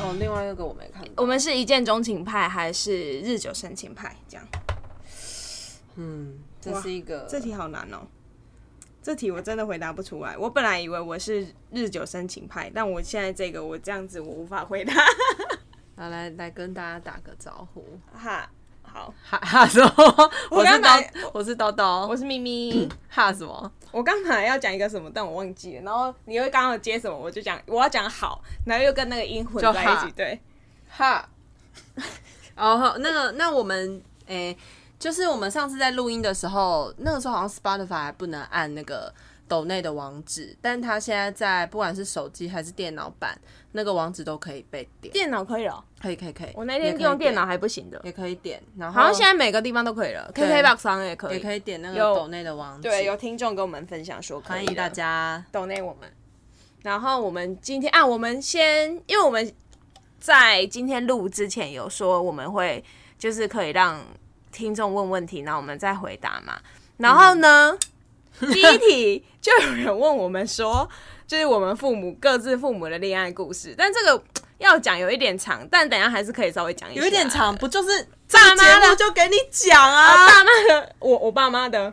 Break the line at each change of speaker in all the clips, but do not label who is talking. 哦，另外一个我没看到。
我们是一见钟情派还是日久生情派？这样，
嗯，这
哇
是一个
这题好难哦。这题我真的回答不出来。我本来以为我是日久生情派，但我现在这个我这样子我无法回答。
好来来跟大家打个招呼。
哈，好，
哈哈什 么？我是
刚才
叨，我是叨叨，
我是咪咪。
哈什么？
我刚才要讲一个什么，但我忘记了。然后你又刚刚有接什么，我就讲我要讲好，然后又跟那个音混
就
在
哈
一起。对，
哈。 然后哦那个，那我们诶、就是我们上次在录音的时候，那个时候好像 Spotify 还不能按那个抖内的网址，但它现在在不管是手机还是电脑版，那个网址都可以被点，
电脑可以了。
可以可以可以。
我那
也
天
可以
用电
点
脑还不行的，
也可以点，然后
好像现在每个地方都可以了
对
，KKBOX 上也可
也
以。
可以点那个
有
抖内的网址，
对，有听众跟我们分享说，
欢迎大
家。
家。
懂内我们。然后我们今天啊，我们先，因为我们在今天录之前有说我们会就是可以让听众问问题，然后我们再回答嘛。然后呢，第一题就有人问我们说， 就是我们父母各自父母的恋爱故事，但这个要讲有一点长，但等一下还是可以稍微讲一下，
有一点长，不就是
爸妈的
这个节目就给你讲
啊。
啊？
爸妈的，我我爸妈的，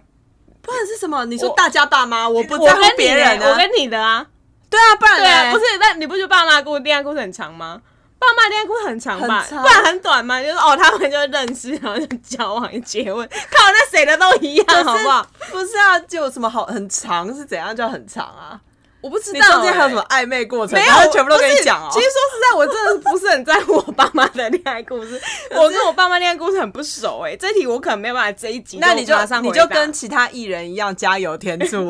不然是什么？你说
我
大家爸妈，我不
我
在乎
跟你
别
的
人
我
啊。
跟你的啊，
对啊，不然
对啊，
嘞
不是，那你不觉得爸妈故恋爱故事很长吗？爸妈恋爱故事很长吧，
很长
不然很短嘛，就是哦，他们就认识，然后就交往、结婚，靠，那谁的都一样，
可是
好不好？？
不是啊，就有什么好很长是怎样叫很长啊？
我不知
你中间还有
欸
什么暧昧过程？
没
然后
有，
全部都
不
跟
是
你讲哦。
其实说实在，我真的不是很在乎我爸妈的恋爱故事，我跟我爸妈恋爱故事很不熟哎、这题我可能没有办法这一集，
那你就
马上
你
回
就
答
跟其他艺人一样加油添 醋，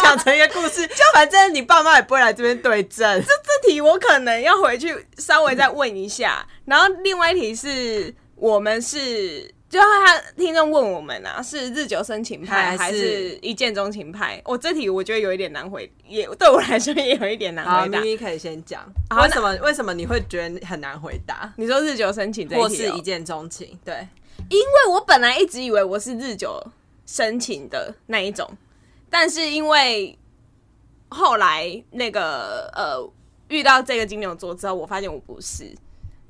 讲成一个故 事，就反正你爸妈也不会来这边对证。
这题我可能要回去稍微再问一下。然后另外一题是我们是，就是他听众问我们啊，是日久生情
还
派
是
还是一见钟情派？我、这题我觉得有一点难回，也对我来说也有一点难
好，
回答
咪。咪可以先讲，
好
为什么为什么你会觉得很难回答，
你说日久生情这
或
一题
是
哦、
一见钟情？对，
因为我本来一直以为我是日久生情的那一种，但是因为后来那个呃遇到这个金牛座之后，我发现我不是，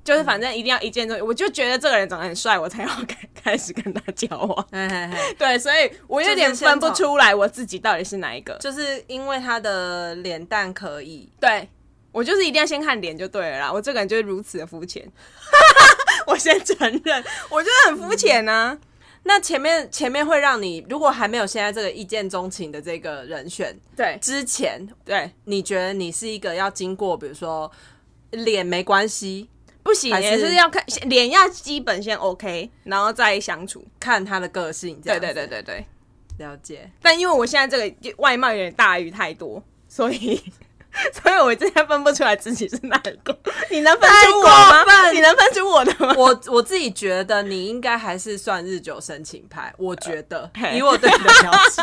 就是反正一定要一见钟情，我就觉得这个人长得很帅，我才要开开始跟他交往。
嘿嘿嘿。
对，所以我有点分不出来我自己到底是哪一个。
就是因为他的脸蛋可以，
对我就是一定要先看脸就对了啦，我这个人就是如此的肤浅， 我先承认，我就是很肤浅啊呢。
那前面前面会让你，如果还没有现在这个一见钟情的这个人选
对
之前，
对，
你觉得你是一个要经过，比如说脸没关系，
不行
还
欸，也
是
是要看先脸要基本先 OK，然后再相处。
看他的个性这
对
样，
对对，对对。
了解。
但因为我现在这个外貌有点大于太多，所以 所以我真的分不出来自己是哪一个。你能分出我
太过
吗？
分
你能分出我的吗？
我我自己觉得你应该还是算日久生情派，我觉得
嘿
以我对你的了解，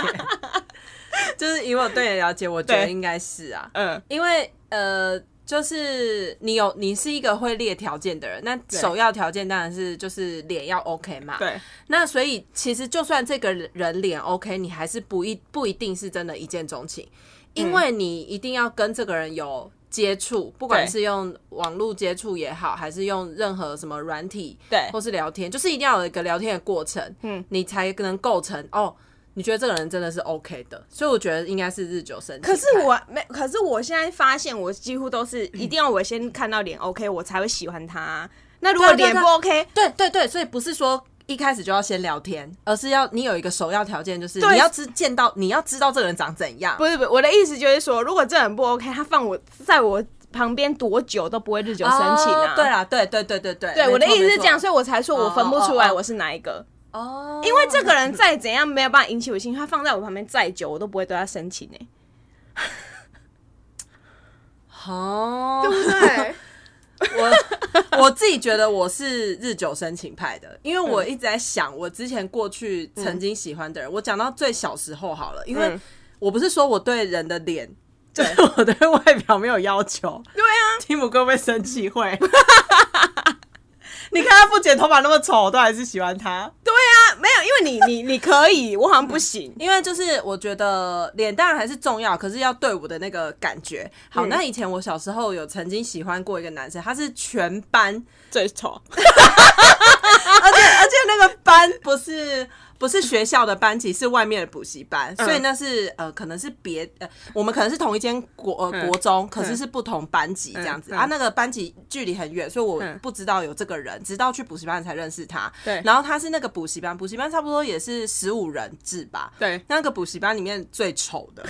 就是以我对你的了解，我觉得
对
应该是啊，
嗯，
因为呃，就是你有你是一个会列条件的人，那首要条件当然是就是脸要 OK 嘛。。
对
那所以其实就算这个人脸 OK，你还是不一不一定是真的一见钟情，
嗯
因为你一定要跟这个人有。接触，不管
对
是用网络接触也好，还是用任何什么软体，
对
或是聊天，就是一定要有一个聊天的过程，
嗯
嗯，你才能构成哦，你觉得这个人真的是 OK 的，所以我觉得应该是日久生情派。
可是我没，可是我现在发现，我几乎都是一定要我先看到脸 OK，我才会喜欢他啊、那如果
对对
脸不
对
OK，
对对对，所以不是说一开始就要先聊天，而是要你有一个首要条件，就是
对
你要知见到你要知道这个人长怎样。
不是不是，我的意思就是说，如果这人不 OK，他放我在我旁边多久都不会日久生情啊。
哦对啦，对对对对对，
对，
没
我的
错
意思是这样，
没错
所以我才说我分不出来
哦哦哦
我是哪一个，
哦，
因为这个人再怎样没有办法引起我兴趣，他放在我旁边再久，我都不会对他生气呢、
哦，
对？
我我自己觉得我是日久生情派的，因为
嗯
我一直在想，我之前过去曾经喜欢的人，我讲到最小时候好了，因为
嗯
我不是说我对人的脸，就是 我对外表没有要求，
对啊，
蒂姆哥会生气 会。你看他不剪头发那么丑，我都还是喜欢他。
对啊，没有，因为为你你你可以，我好像 不行。
因为就是我觉得脸当然还是重要，可是要对我的那个感觉好。
嗯
那以前我小时候有曾经喜欢过一个男生，他是全班，
最丑，
而且而且那个班不是不是学校的班级，是外面的补习班，
嗯
所以那是呃可能是别呃我们可能是同一间国呃
嗯
国中，可是是不同班级这样子
嗯嗯
啊。那个班级距离很远，所以我
嗯
不知道有这个人，直到去补习班才认识他。
对
然后他是那个补习班，补习班差不多也是十五人制吧。
对，
那个补习班里面最丑 的，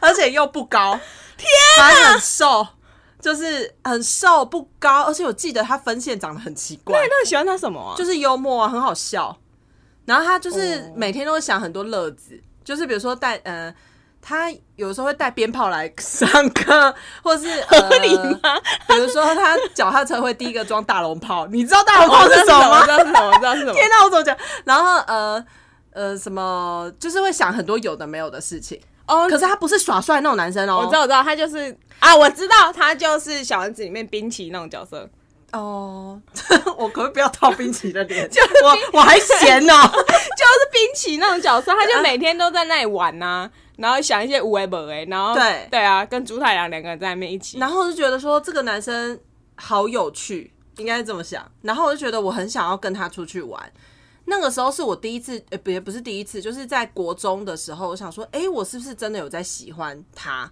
而且又不高，天还很瘦，就是很瘦不高，而且我记得他分线长得很奇怪，
那你喜欢他什么啊？
就是幽默啊，很好笑。然后他就是
哦
每天都会想很多乐子，就是比如说带呃，他有时候会带鞭炮来 上课，或是合
合理吗？
比如说他脚踏车会第一个装大龙炮，你知道大龙哦炮是什么
我
吗
知？哦道是什么？我知道是什么？
天哪，我怎么讲？然后呃呃，什么就是会想很多有的没有的事情。
哦
可是他不是耍帅那种男生哦，
我知道，我知道，他就是啊，我知道他就是小丸子里面冰淇淋那种角色。
哦。 我可不可以不要套冰淇的 脸？我我还闲哦呢、
就是冰淇那种角色，他就每天都在那里玩呐、然后想一些无为不为，然后
对
对啊，跟猪太郎两个人在那边一起，
然后我就觉得说这个男生好有趣，应该是这么想。然后我就觉得我很想要跟他出去玩。那个时候是我第一次，呃，不也不是第一次，就是在国中的时候，我想说，诶，我是不是真的有在喜欢他？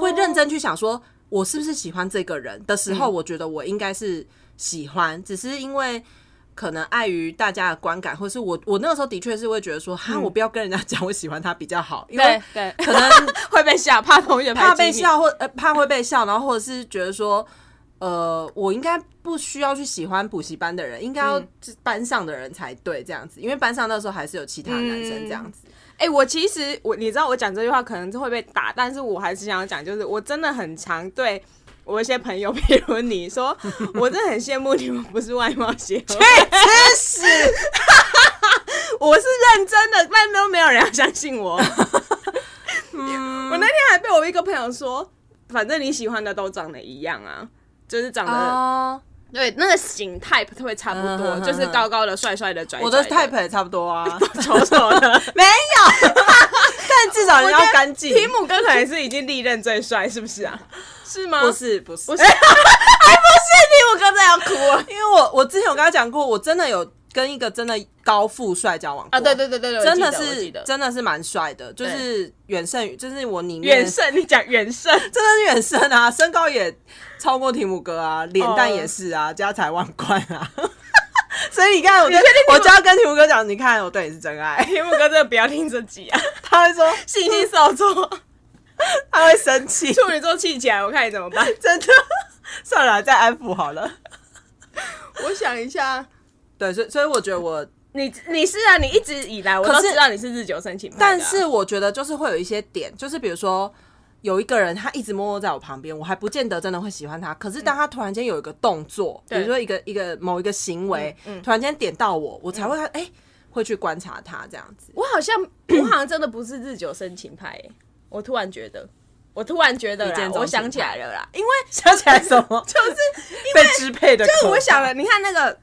会
哦
认真去想说，我是不是喜欢这个人的时候，我觉得我应该是喜欢，只是因为可能碍于大家的观感，或是我我那个时候的确是会觉得说，哈，我不要跟人家讲我喜欢他比较好，因为
对对，
可能
会被吓，怕同学排挤
怕被
你，
笑或呃怕会被笑，然后或者是觉得说。呃，我应该不需要去喜欢补习班的人，应该要
嗯
班上的人才对，这样子，因为班上那时候还是有其他的男生这样子。
哎、我其实我你知道我讲这句话可能是会被打，但是我还是想要讲，就是我真的很常对我一些朋友， 比如你说，我真的很羡慕你们不是外貌协 会，
真是，
我是认真的，但都没有人要相信我。
嗯
我那天还被我一个朋友说，反正你喜欢的都长得一样啊，就是长得、
哦，
对那个形态不会差不多，
嗯哼
就是高高的、帅帅的、拽拽
我的 type
太
也差不多啊。
丑丑的。
没有，但至少你要干净。
提姆哥可能是已经历任最帅，是不是啊？ 是吗？
不是不是
不是，还不是提姆哥这样哭啊？
因为我我之前有跟他讲过，我真的有跟一个真的高富帅交往过
啊，对，对对对对，
真的
我
是
记得我记得
真的是蛮帅的，就是远胜于，就是我里面
远胜，你讲远胜，
真 的是远胜啊，身高也超过提姆哥啊，脸蛋也是啊，家财万贯啊。 所以你看，我就
哦你确定提姆
我就要跟提姆哥讲，你看我对你是真爱，
提姆哥真的不要听这集啊，
他会说
信心受挫，
他会生 气，
处女座气起来，我看你怎么办。
真的。 算了，再安抚好了。
我想一下，
对，所以所以我觉得我
你你是啊，你一直以来我都
可是
知道你是日久生情派的啊，
但是我觉得就是会有一些点，就是比如说有一个人他一直默默在我旁边，我还不见得真的会喜欢他。可是当他突然间有一个动作，比
对
如说一个一个某一个行为，
嗯嗯
突然间点到我，我才会哎、会去观察他这样子。
我好像我好像真的不是日久生情派、欸，我突然觉得，我突然觉得
一见
啦，
钟情
我想起来了啦，因为
想起来什么？
就是
被支配的。
就是我想了，，你看那个，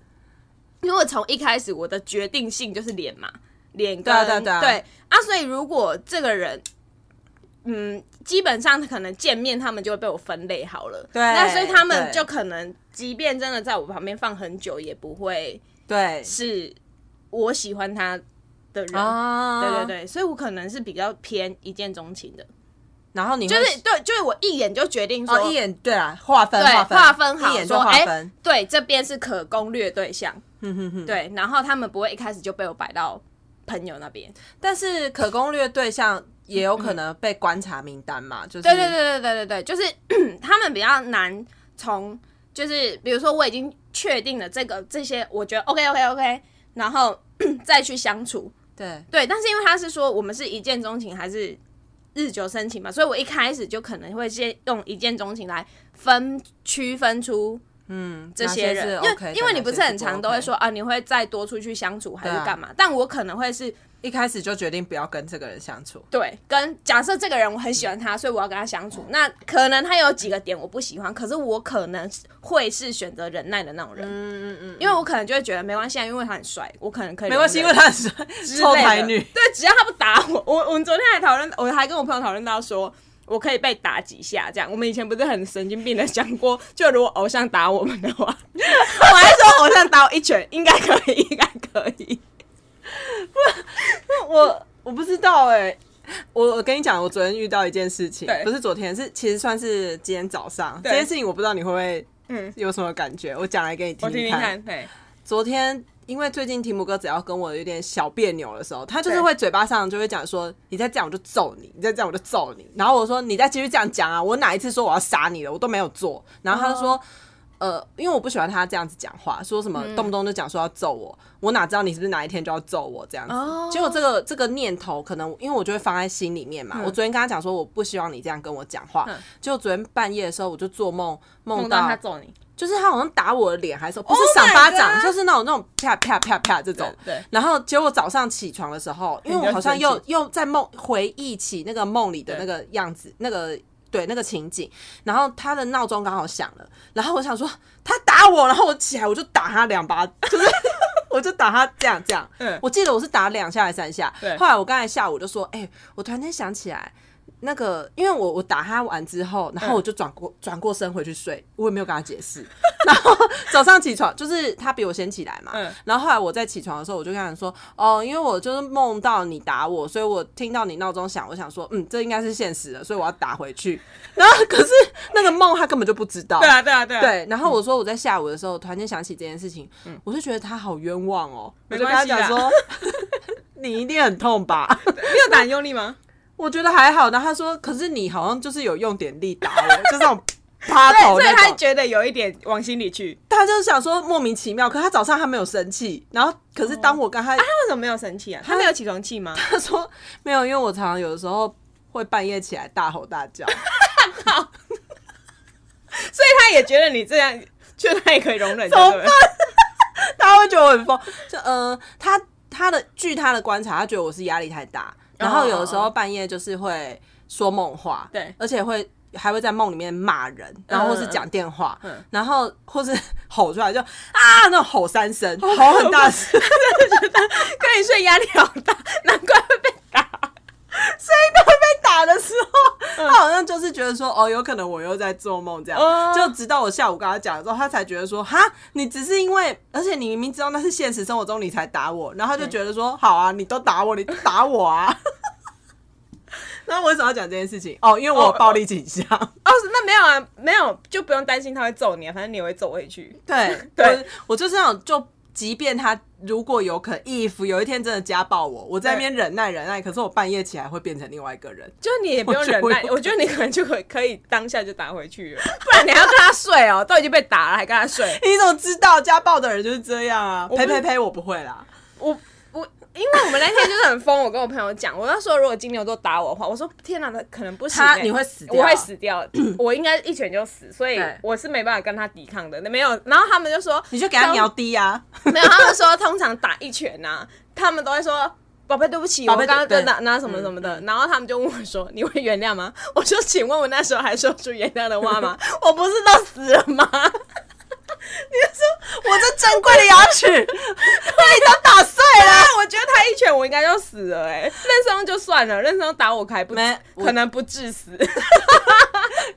因为我从一开始我的决定性就是脸嘛，脸跟
对啊对啊对啊
啊，所以如果这个人。嗯，基本上可能见面他们就会被我分类好了，
对
那所以他们
对
就可能，即便真的在我旁边放很久，也不会
对
是我喜欢他的人，
啊，
对对。对，所以我可能是比较偏一见钟情的，
然后你会
就是对，就是我一眼就决定说，
哦，一眼对啊，划分
对
分
划分好
一眼就
说，
划
哎、
分。
对，这边是可攻略对象，
哼嗯哼哼。
对，然后他们不会一开始就被我摆到朋友那边，
但是可攻略对象也有可能被观察名单嘛，就是
对对对对对对对，就是 他们比较难从，就是比如说我已经确定了这个这些，我觉得 OK OK OK，然后 再去相处，
对
对，但是因为他是说我们是一见钟情还是日久生情嘛，所以我一开始就可能会先用一见钟情来分区分出
嗯，
这些人，
哪
因为、
是 OK 的
因为你不是很
哪些
常
不
都会
OK
说啊，你会再多出去相处还是
对啊
干嘛？但我可能会是
一开始就决定不要跟这个人相处，
对，跟假设这个人我很喜欢他，所以我要跟他相处。那可能他有几个点我不喜欢，可是我可能会是选择忍耐的那种人。嗯嗯嗯，因为我可能就会觉得没关系，啊，因为他很帅，我可能可以
没关系，因
忍
为
耐
他是
之
臭
类的
台女，
对，只要他不打我，我我们昨天还讨论，我还跟我朋友讨论到说。我可以被打几下，这样。我们以前不是很神经病的讲过，就如果偶像打我们的话， 我还说偶像打我一拳应该可以，应该可以。
我我不知道哎、我我跟你讲，我昨天遇到一件事情
欸对，
不是昨天，是其实算是今天早上。这
对
件事情我不知道你会不会
嗯，
有什么感觉，我讲来给你听
我听听
看。
看，对，
昨天因为最近提姆哥只要跟我有点小别扭的时候，他就是
对
会嘴巴上就会讲说：“你再这样我就揍你，你再这样我就揍你。”然后我说：“你再继续这样讲啊，我哪一次说我要杀你了，我都没有做。”然后他就说。
哦
呃，因为我不喜欢他这样子讲话，说什么动不动就讲说要揍我，我哪知道你是不是哪一天就要揍我这样子？
哦
结果这个这个念头，可能因为我就会放在心里面嘛。我昨天跟他讲说，我不希望你这样跟我讲话。
嗯
结果昨天半夜的时候，我就做梦，梦
梦到他揍你，
就是他好像打我的脸，还是不
Oh
是
my
赏巴掌
God
就是那种那种啪啪啪啪这种。
对对
然后结果早上起床的时候，因为
你
我
就
好像
生
又
气
又在梦回忆起那个梦里的那个样子，那个对那个情景。然后他的闹钟刚好响了，然后我想说他打我，然后我起来我就打他两巴，就是 我就打他这样这样。
嗯，
我记得我是打两下还是三下
对。
后来我刚才下午就说，哎、我突然间想起来。那个，因为我我打他完之后，
嗯
然后我就转过转、过身回去睡，我也没有跟他解释。 然后早上起床，就是他比我先起来嘛。
嗯
然后后来我在起床的时候，我就跟他说：“哦，因为我就是梦到你打我，所以我听到你闹钟响，我想说，嗯，这应该是现实的，所以我要打回去。” 然后可是那个梦他根本就不知道。
对啊，对啊，对啊，
对，然后我说我在下午的时候突然间想起这件事情，我就觉得他好冤枉哦，我
嗯没
就跟他
关系啦
讲 说，你一定很痛吧？
你有打很用力吗？
我觉得还好。然后他说，可是你好像就是有用点力打我，就这种趴
对，
头
所以
那
他
种。
觉得有一点往心里去。
他就想说莫名其妙，可他早上他没有生气，然后可是
哦
当我跟他、
他为什么没有生气啊？他没有起床气吗？
他说没有，因为我常常有的时候会半夜起来大吼大叫，
所以他也觉得你这样，觉得他也可以容 忍，
怎么
对不对
他会觉得我很疯。就呃，他他的据他的观察，他觉得我是压力太大，然后有的时候半夜就是会说梦话，
对
而且会还会在梦里面骂人，然后或是讲电话，
嗯嗯
然后或是吼出来就啊那种吼三声，吼很大声，
跟你睡压力好大，难怪会被打。
被打的时候，
嗯
他好像就是觉得说哦，有可能我又在做梦这样，
哦
就直到我下午跟他讲了之后，他才觉得说哈，你只是因为，而且你明明知道那是现实生活中你才打我，然后他就觉得说好啊，你都打我，你都打我 啊。那为什么要讲这件事情？哦，因为我有暴力倾向。
哦，那没有啊，没有就不用担心他会揍你啊，反正你也会揍回去。
对，
对
我我就是那种，就即便他如果有可 if 有一天真的家暴我，我在那边忍耐忍耐，可是我半夜起来会变成另外一个人。
就你也不用忍
我觉
耐
得，我
我觉得你可能就可以可以当下就打回去了，不然你还要跟他睡哦，都已经被打了还跟他睡。
你怎么知道家暴的人就是这样啊？
我不
呸呸呸，我不会啦。
我我因为我们那天就是很疯，我跟我朋友讲，我那时候如果金牛座打我的话，我说天哪，他可能不行、
他
欸
你会死掉
我会死掉，我应该一拳就死，所以
对
我是没办法跟他抵抗的。没有，然后他们就说，
你就给他
通
瞄低啊！
没有，他们说通常打一拳呐、他们都会说。宝贝，对不起，
宝
我
贝
刚刚
对嗯
就拿拿什么什么的，然后他们就问我说：“你会原谅吗？” 我说：“请问我那时候还说出原谅的话吗？ 我不是都死了吗？
我这珍贵的牙齿被你都打碎了。
啊我觉得他一拳我应该就死了、欸，哎，任生就算了，任生打我还 不
没我
可能不致死，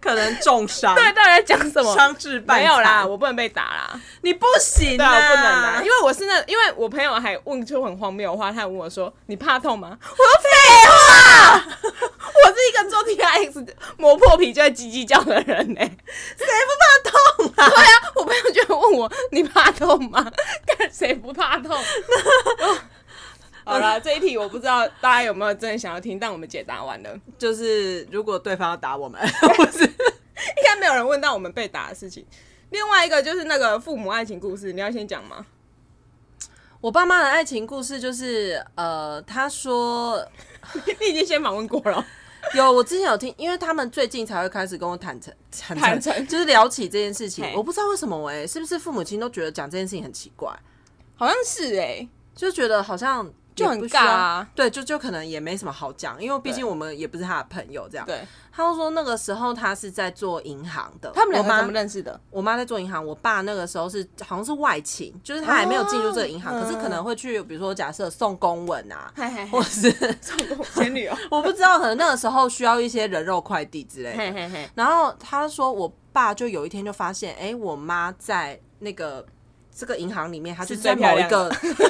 可能重伤，
对，到底在讲什么？
伤致败。
没有啦，，我不能被打啦，
你不行
对啊，我不能啦，因
为
为我是那，因为我朋友还问出很荒谬的话，他还问我说：“你怕痛吗？”我说：“废话，我是一个做 T I X 磨破皮就会叽叽叫的人呢、
谁不怕痛啊？
对啊，我朋友就会问我：“你怕痛吗？” 看谁不怕痛？好了，这一题我不知道大家有没有真的想要听，但我们解答完了，应
就是如果对方要打我们， 不是
该没有人问到我们被打的事情。另外一个就是那个父母爱情故事，你要先讲吗？
我爸妈的爱情故事，就是呃，他说
你已经先访问过了，
有，我之前有听，因为他们最近才会开始跟我坦诚、坦诚，
坦诚
就是聊起这件事情
嘿。
我不知道为什么、欸，是不是父母亲都觉得讲这件事情很奇怪，
好像是哎、
就觉得好像
就
也
很
不需要
尬啊
对，就就可能也没什么好讲，因为毕
对
竟我们也不是他的朋友这样。
对
他就说那个时候他是在做银行的，
他们
我
两个
妈
怎么认识的？
我妈在做银行，我爸那个时候是好像是外勤，就是他还没有进入这个银行，
哦
可是可能会去，比如说假设送公文啊，
嗨嗨，
或是
前女友，
我不知道，可能那个时候需要一些人肉快递之类的。
嘿嘿，
然后他说，我爸就有一天就发现，哎、我妈在那个这个银行里面，她就是是在
最
某一
漂亮
个。
的
哎、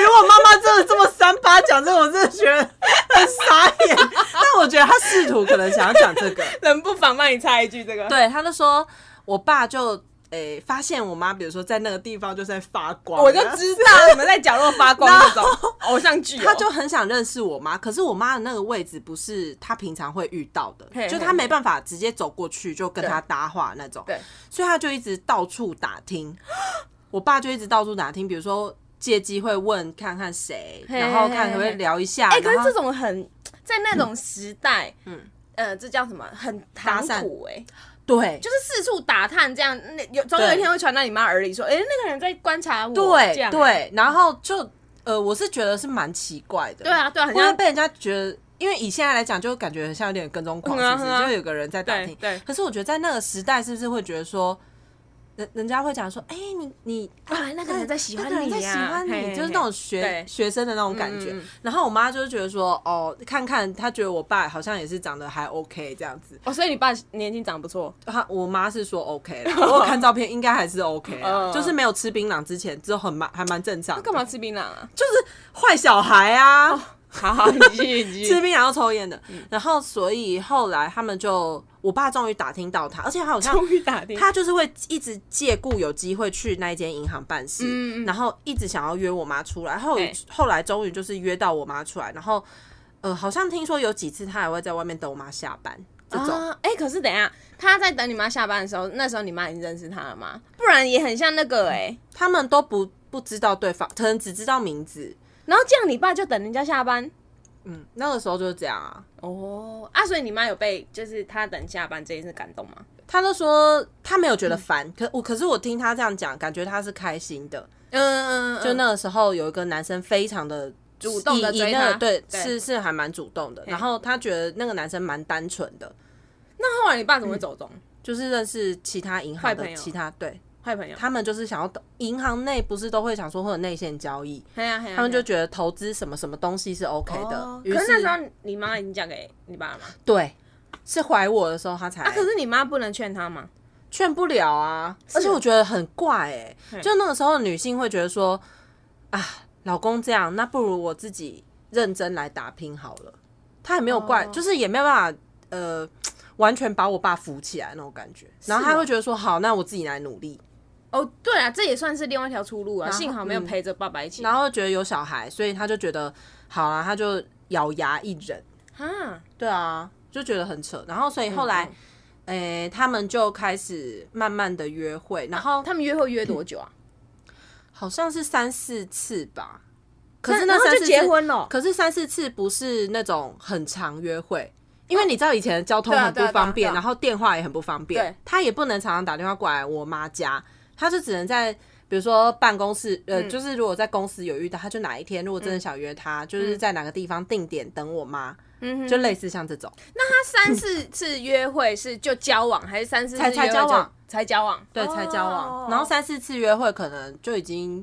如果妈妈真的这么三八讲这个，我真的觉得很傻眼。但我觉得他试图可能想要讲这个，
冷不防帮你插一句这个，，
对，他就说，我爸就诶、发现我妈，比如说在那个地方就是在发光，
我就知道你们在角落发 光那种偶像剧哦，
他就很想认识我妈，可是我妈的那个位置不是他平常会遇到的，
嘿
就
嘿
他没
嘿
办法直接走过去就跟他搭话那种，
对，
所以他就一直到处打听， 我爸就一直到处打听，比如说借机会问看看谁，
嘿
然后看可不可
嘿
以
嘿
聊一下，
哎、可是
然后
这种很在那种时代，
嗯
嗯。呃，这叫什么？很谈
搭讪
苦哎、
对
就是四处打探这样，那有总有
对
一天会传到你妈耳里，说，哎、那个人在观察我，这
对
样欸
对，然后就呃，我是觉得是蛮奇怪的，
对啊对啊，很
会不会
像
被人家觉得，因为以现在来讲，就感觉很像有点跟踪狂，
嗯啊
是不是？
嗯啊
就有个人在打
对
听。
对，
可是我觉得在那个时代，是不是会觉得说，人人家会讲说，哎、你你哎
啊，那个人在喜欢
那个人
你、
在
啊，
喜欢你，
嘿嘿嘿
就是那种学
对
学生的那种感觉。
嗯嗯嗯
然后我妈就是觉得说，哦，看看，她觉得我爸好像也是长得还 OK 这样子。
哦，所以你爸年纪长得不错，
她我妈是说 OK 啦，我有看照片应该还是 OK 啦，
嗯
就是没有吃槟榔之前，之后很蛮还蛮正常
他
的。
干嘛哦吃槟榔啊？
就是坏小孩啊。
好好，你继续，你继
吃
续。
槟榔要抽烟的。
嗯
然后所以后来他们就，我爸终于打听到他，而且他好像
终于打听，
他就是会一直借故有机会去那一间银行办事，
嗯嗯嗯
然后一直想要约我妈出来。后
对
后来终于就是约到我妈出来，然后呃，好像听说有几次他还会在外面等我妈下班。这种、
啊，哎、可是等一下，他在等你妈下班的时候，那时候你妈已经认识他了吗？不然也很像那个哎、
他们都不不知道对方，可能只知道名字。
然后这样你爸就等人家下班。
嗯，那个时候就是这样啊。
哦，啊，所以你妈有被就是他等下班这件事感动吗？
他就说他没有觉得
嗯
烦，可我可是我听他这样讲，感觉他是开心的。
嗯嗯，
就那个时候有一个男生非常的
主动地
以
追
以那
她
个对，
对
是是还蛮主动的。然后他觉得那个男生蛮单纯的，
那后来你爸怎么会走中？
就是认识其他银
坏
行
朋
的
友
其他对，
坏朋友，
他们就是想要银行内不是都会想说会有内线交易，
嘿呀嘿呀，
他们就觉得投资什么什么东西是 OK 的
哦。
于
可是那时候你妈已经嫁给你爸了吗？
对，是怀我的时候他才
啊，可是你妈不能劝他吗？
劝不了啊，而且我觉得很怪哎、就那个时候的女性会觉得说啊，老公这样，那不如我自己认真来打拼好了。她也没有怪，
哦
就是也没有办法呃，完全把我爸扶起来那种感觉。然后她
哦
会觉得说，好，那我自己来努力。
哦，对啊，这也算是另外一条出路啊，幸好没有
嗯
陪着爸爸一起。
然后觉得有小孩，所以她就觉得好啦，她就咬牙一忍。
哈，
对啊，就觉得很扯。然后所以后来，
嗯
诶、他们就开始慢慢的约会，然后
他们约会约多久啊？
好像是三四次吧。可是
然
那
后
三
就
四
结
次，
婚了。
可是三四次不是那种很长约会，因为你知道以前的交通
哦对啊
很
对
不
啊对啊
方便，
对啊
然后电话也很不方便
对，
他也不能常常打电话过来我妈家，他就只能在。比如说办公室，呃，
嗯
就是如果在公司有遇到，他就哪一天如果真的想约他，就是在哪个地方定点等我妈，
嗯哼，
就类似像这种，
那三四次约会是就交往，还是三四次
嗯才才交往
约会就？才交往，哦
对，才交往。然后三四次约会可能就已经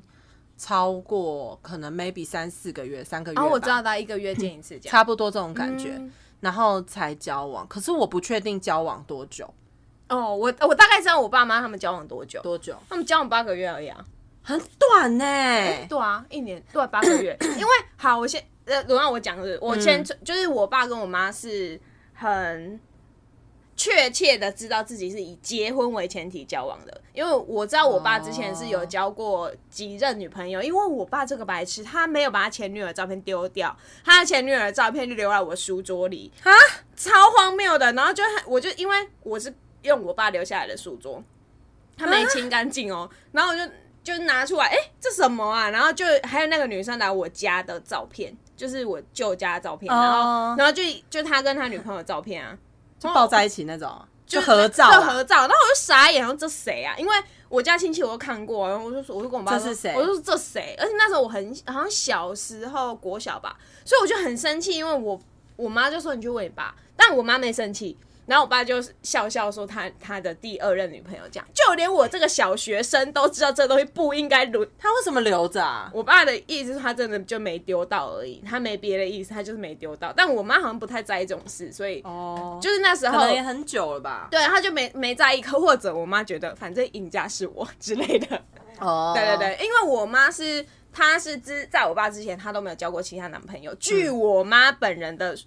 超过，可能 maybe 三四个月、三个月吧，
哦，我知道，大家一个月见一次这样。
差不多这种感觉。
嗯
然后才交往。可是我不确定交往多久，
哦，我我大概知道我爸妈他们交往多久，
多久
他们交往八个月而已啊。
很短呢、
对啊，一年对八个月，因为好，我先呃，轮到我讲的，我先、就是我爸跟我妈是很确切的知道自己是以结婚为前提交往的，因为我知道我爸之前是有交过几任女朋友，因为我爸这个白痴，他没有把他前女友的照片丢掉，他的前女友的照片就留在我书桌里啊，超荒谬的。然后就很我就因为我是用我爸留下来的书桌，他没清干净 哦，然后我就就拿出来，哎、这什么啊？然后就还有那个女生来我家的照片，就是我舅家的照片，
哦
然后然后就就他跟他女朋友的照片啊，
就抱在一起那种，就是合 照啊
就
啦，
合照，然后我就傻眼，然后这谁啊？因为我家亲戚我都看过，然后我就说，我就跟我爸
这
说，
是谁
我就说这谁？而且那时候我很好像小时候国小吧，所以我就很生气，因为我我妈就说你去问你爸，但我妈没生气。然后我爸就笑笑说他他的第二任女朋友这样，就连我这个小学生都知道这东西不应该轮
他为什么留着啊？
我爸的意思是他真的就没丢到而已，他没别的意思，他就是没丢到。但我妈好像不太在意这种事，所以
哦，
就是那时
可
候，
能也很久了吧。
对，他就没没在意。可或者我妈觉得反正赢家是我之 类的。
哦，
对对，对，因为我妈是她是之在我爸之前，她都没有交过其他男朋友。据
嗯
我妈本人的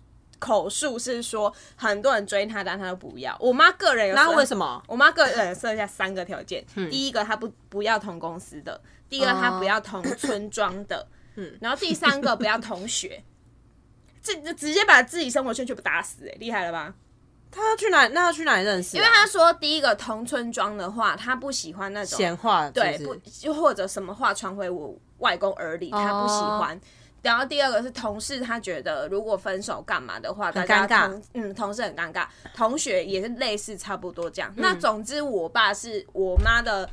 口述是说，很多人追她，但她都不要。我妈个人有
那为
么？
什么？嗯
我妈个人设下三个条件，第一个她不不要同公司的，第二
哦嗯
她不要同村庄的， 然后第三个不要同学， 这这直接把自己生活圈全部打死、欸，厉害了吧？
他要去哪？那要去哪里认识啊？
因为她说第一个同村庄的话，她不喜欢那种
闲话，
对
是哦
不
不是
就或者什么话传回我外公耳里，她不喜欢。然后第二个是同事，她觉得如果分手干嘛的话，大家
尴尬
同嗯，同事很尴尬，同学也是类似差不多这样。那
嗯
总之，我爸是我妈的，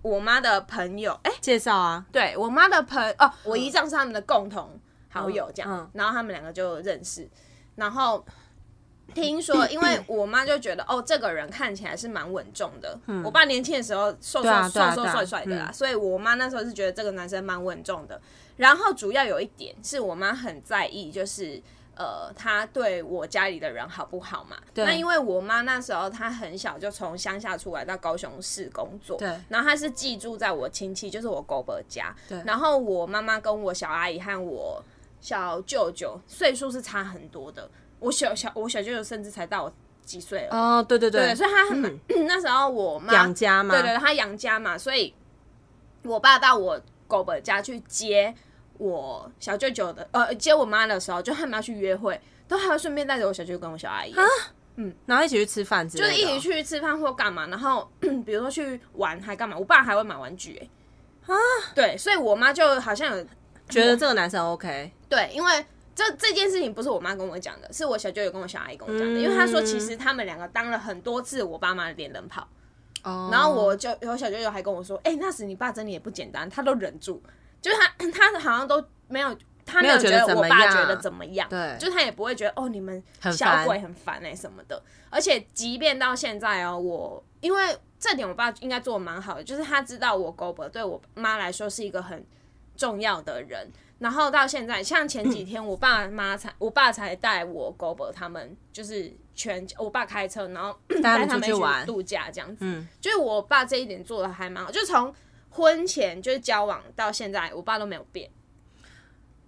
我妈的朋友，哎、
介绍啊，
对我妈的朋哦，我姨丈是他们的共同好友这样，
嗯嗯
然后他们两个就认识，然后听说，因
嗯
为我妈就觉得哦，这个人看起来是蛮稳重的，我爸年轻的时候
嗯
瘦瘦
对啊
瘦
对啊
瘦
对啊
帅帅的啦，
嗯
所以我妈那时候是觉得这个男生蛮稳重的，然后主要有一点是我妈很在意，就是。呃，她对我家里的人好不好嘛？
对
那因为我妈那时候她很小就从乡下出来到高雄市工作，
对
然后她是寄住在我亲戚，就是我狗伯家。
对
然后我妈妈跟我小阿姨和我小舅舅岁数是差很多的，我小小我小舅舅甚至才到我几岁了。
哦，对对
对，所以他很、 那时候我妈
嗯养家嘛，
对对，他养家嘛，所以我爸到我狗本家去接我小舅舅的，呃，接我妈的时候，就他们要去约会，都还要顺便带着我小舅舅跟我小阿姨，
啊然后一起去吃饭之类
就
的
是
哦，
一起去吃饭或干嘛，然后 比如说去玩还干嘛，我爸还会买玩具、欸，啊，对，所以我妈就好像有
觉得这个男生 OK，
对，因为这这件事情不是我妈跟我讲的，是我小舅舅跟我小阿姨跟我讲
嗯
的，因为他说其实他们两个当了很多次我爸妈的连人跑。
哦，
然后我就有小舅舅还跟我说，哎、那时你爸真的也不简单，他都忍住，就是他他好像都没有，他没有
没有觉
觉
得
得
怎
我
么
爸
样
觉得怎么样，
对
就他也不会觉得哦你们
很
小
烦
鬼很烦哎、什么的。而且即便到现在哦，我因为这点我爸应该做的蛮好的，就是他知道我狗伯对我妈来说是一个很重要的人。然后到现在，像
嗯
前几天我爸妈才，我爸才带我狗伯他们，就是全我爸开车，然后
带他
带
们
他
出
们
去
一起
玩
度假这样子。
嗯
就是我爸这一点做的还蛮好，就是从婚前就是交往到现在，我爸都没有变。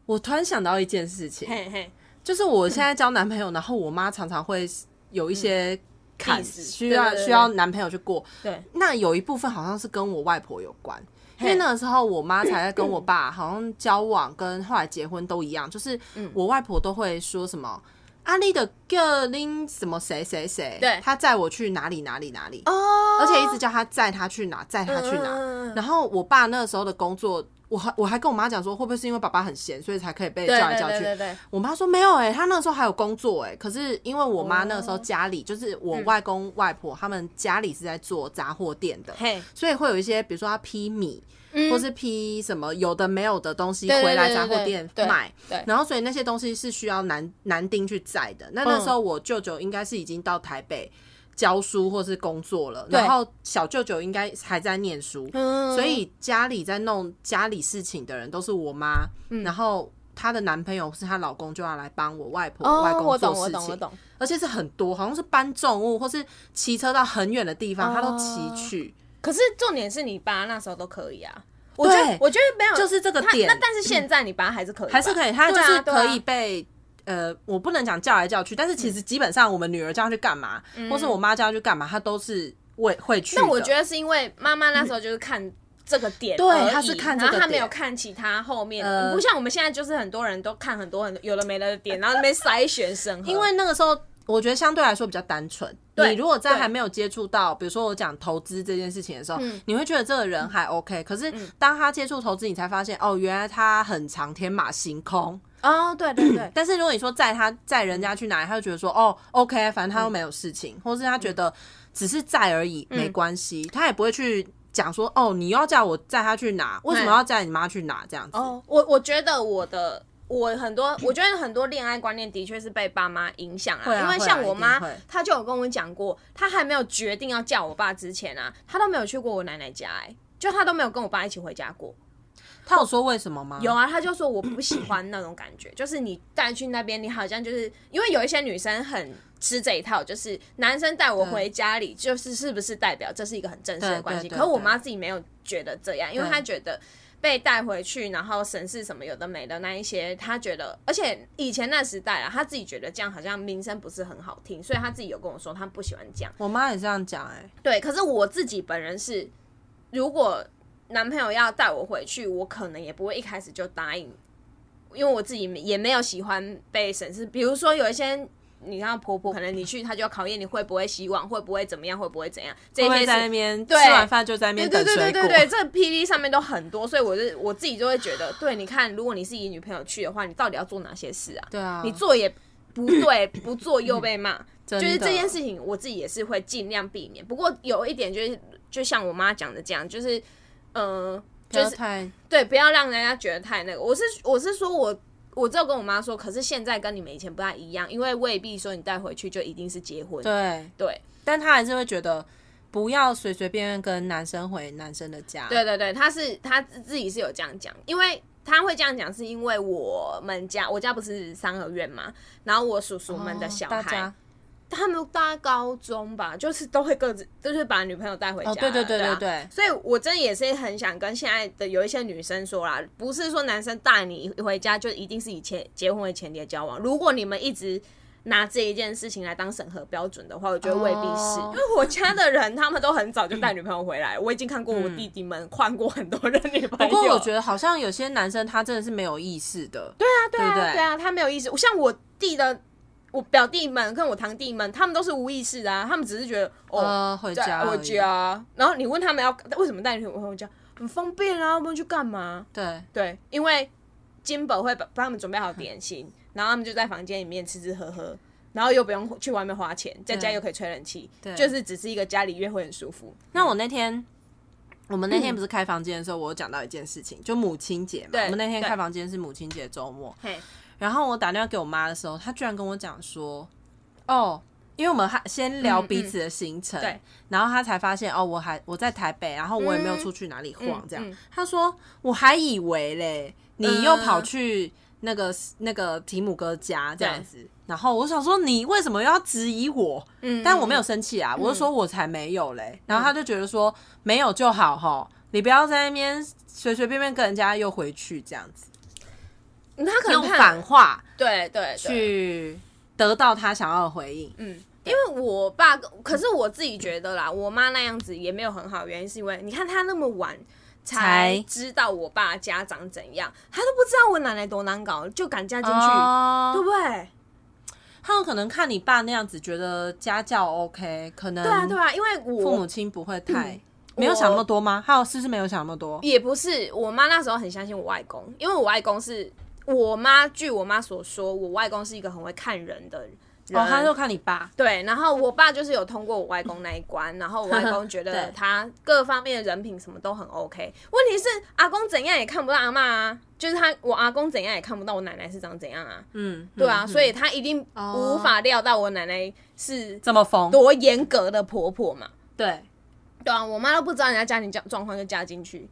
我突然想到一件事情，
嘿嘿，
就是我现在交男朋友，然后我妈常常会有一些坎
历史
需
对
要
对对
需要男朋友去过，
对，
那有一部分好像是跟我外婆有关，因
嘿
为那个时候我妈才在跟我爸好像交往跟后来结婚都一样，就是
嗯
我外婆都会说什么。阿丽的个拎什么谁谁谁，
对
他载我去哪里哪里哪里，
哦
而且一直叫他载他去哪，载他去哪。
嗯嗯嗯嗯
然后我爸那个时候的工作，我还我还跟我妈讲说，会不会是因为爸爸很闲，所以才可以被
对
叫来
对
叫去？
对对对，
我妈说没有哎、欸，她那个时候还有工作哎、欸，可是因为我妈那个
哦
时候家里、就是
嗯
我外公外婆他们家里是在做杂货店的，
嘿，
所以会有一些比如说她批米、
嗯
或是批什么有的没有的东西
对对
回来
对对
杂货
对
店
对
卖，
对
然后所以那些东西是需要男男丁去载的。那那时
嗯
候我舅舅应该是已经到台北教书或是工作了，
对
然后小舅舅应该还在念书，
嗯
所以家里在弄家里事情的人都是我妈，
嗯
然后她的男朋友是她老公就要来帮我外婆、
哦，
外公
我
做
懂我
事
懂我
情，
懂，
而且是很多，好像是搬重物或是骑车到很远的地方，她都
哦
骑去。
可是重点是你爸那时候都可以啊，我觉得
对
我觉得没有，
就是这个
他
点嗯
那但是现在你爸还是可以吧，
还是可以，他就
对啊
是
对
可
啊
以被、呃，我不能讲叫来叫去，但是其实基本上我们女儿叫她去干嘛，或是我妈叫她去干嘛，她都是会会去的。
嗯那我觉得是因为妈妈那时候就是看这个点而已，
对她是看这个
然后她没
点
有看其他后面的，
呃
不像我们现在就是很多人都看很多很多有的没的点，然后那边筛选审核。
因为那个时候我觉得相对来说比较单纯。
对
你如果在
对
还没有接触到，比如说我讲投资这件事情的时候，
嗯
你会觉得这个人还 OK，可是当他接触投资，你才发现哦，原来他很常天马行空。
哦，对对对，
但是如果你说载他载人家去哪里，他就觉得说哦，OK，反正
嗯
他又没有事情，或是他觉得只是载而已，没关系，他也不会去讲说哦，你又要叫我载他去哪？为什么要载你妈去哪？这样子，
哦，我我觉得我的我很多，我觉得很多恋爱观念的确是被爸妈影响啊，
啊
因为像我
会啊
妈
一定会，
她就有跟我讲过，她还没有决定要嫁我爸之前啊，她都没有去过我奶奶家、哎，就她都没有跟我爸一起回家过。
他有说为什么吗？
有啊，她就说我不喜欢那种感觉，就是你带去那边，你好像就是因为有一些女生很。吃这一套，就是男生带我回家里，就是是不是代表这是一个很正式的
对
关系？
对对
可我
对
妈自己没有觉得这样，因为
对
她觉得被带回去，然后审视什么有的没的那一些，他觉得，而且以前那时代啊，他自己觉得这样好像名声不是很好听，所以他自己有跟我说他不喜欢这样。
我妈也这样讲哎、
对，可是我自己本人是，如果男朋友要带我回去，我可能也不会一开始就答应，因为我自己也没有喜欢被审视。比如说有一些。你看婆婆，可能你去，她就要考验你会不会洗碗，会不会怎么样，会不会怎样，这
会不会
些是
在那边吃
对
完饭就在那边
对
等
对
水
对
果？
对对，这 P D 上面都很多，所以我是我自己就会觉得，对，你看，如果你是以女朋友去的话，你到底要做哪些事啊？
对啊，
你做也 不对，不做又被骂，就
真
是这
的
件事情，我自己也是会尽量避免。不过有一点就是，就像我妈讲的这样，就是，呃，
不要
就是
太
对，不要让人家觉得太那个。我是我是说我。我只有跟我妈说，可是现在跟你们以前不太一样，因为未必说你带回去就一定是结婚。
对，
对，
但她还是会觉得不要随随便便跟男生回男生的家。哦
对对对，他是他自己是有这样讲，因为他会这样讲，是因为我们家我家不是三合院嘛，然后我叔叔
哦，
们的小
大
孩，
家
他们大概高中吧，就是都会各自就是把女朋友带回家、
哦，对对对
啊
对对，
所以，我真的也是很想跟现在的有一些女生说啦，不是说男生带你回家就一定是以前结婚为前提的交往。如果你们一直拿这一件事情来当审核标准的话，我觉得未必是。
哦
因为我家的人他们都很早就带女朋友回来，我已经看过我弟弟们换过很多任女朋
嗯不
友。
过我觉得好像有些男生他真的是没有意识的，对
啊，对啊，
对不对
对啊，他没有意识。像我弟的。我表弟们跟我堂弟们，他们都是无意识的啊，他们只是觉得哦，
呃，回
在
家
我
而已，
家。然后你问他们要为什么带你回家，很方便啊，不然去干嘛？
对，
对，因为金宝会帮帮他们准备好点心， 然后他们就在房间里面吃吃喝喝，然后又不用去外面花钱，在家又可以吹冷气，
对
就是只是一个家里约会很舒服。
那我那天，我们那天不是开房间的时候，我有讲到一件事情，就母亲节嘛。
嗯对
我们那天
对
开房间是母亲节周 末，
嘿，
然后我打电话给我妈的时候，她居然跟我讲说，哦。因为我们还先聊彼此的行程，
嗯对
然后她才发现哦，我还我在台北，然后我也没有出去哪里
嗯
晃
嗯，
这样。
嗯
她说我还以为嘞，你又跑去那个、那个提姆哥家这样子，然后我想说你为什么又要质疑我？
嗯
但我没有生气啊，我就说我才没有嘞。然后他就觉得说没有就好哈，你不要在那边随随便便跟人家又回去这样子，
嗯他可能
用
看
反话
对对对，
去得到他想要的回应。
嗯。因为我爸，可是我自己觉得啦，我妈那样子也没有很好，原因是因为你看她那么晚才
才
知道我爸家长怎样，她都不知道我奶奶多难搞，就敢嫁进去，对
哦，
不对？
他有可能看你爸那样子，觉得家教 OK，可能
对啊，嗯对啊，因为我
嗯父母亲不会太没有想那么多吗？还有是不是没有想那么多？
也不是，我妈那时候很相信我外公，因为我外公是我妈，据我妈所说，我外公是一个很会看人的人。
哦，他就看你爸，
对，然后我爸就是有通过我外公那一关，然后我外 公觉得
对
他各方面的人品什么都很 OK。问题是阿公怎样也看不到阿嬷啊，就是他我阿公怎样也看不到我奶奶是长怎样啊，
嗯，
对啊，
嗯
所以他一定
哦
无法料到我奶奶是
这么疯，
多严格的婆婆嘛。
对，
对啊，我妈都不知道人家家庭状状况就嫁进去。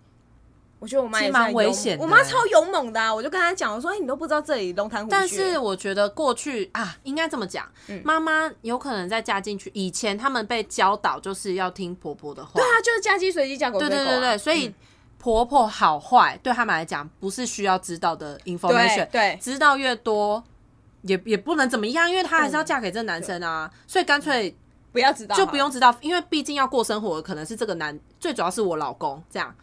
我觉得我妈也
其实
是
蛮
很勇
危险的
我妈超勇猛的、啊，我就跟她讲，我说：“哎、你都不知道这里龙潭虎穴。”
但是我觉得过去啊，应该这么讲，
嗯
妈妈有可能再嫁进去。以前他们被教导就是要听婆婆的话，
对啊，就是嫁鸡随鸡，嫁狗
对
随狗、啊。
对对对，所以婆婆好坏对他们来讲不是需要知道的 information，
对
知道越多也也不能怎么样，因为她还是要
嗯
嫁给这男生啊，所以干脆
不要知道，
就不。用知道，因为毕竟要过生活的可能是这个男，最主要是我老公这样。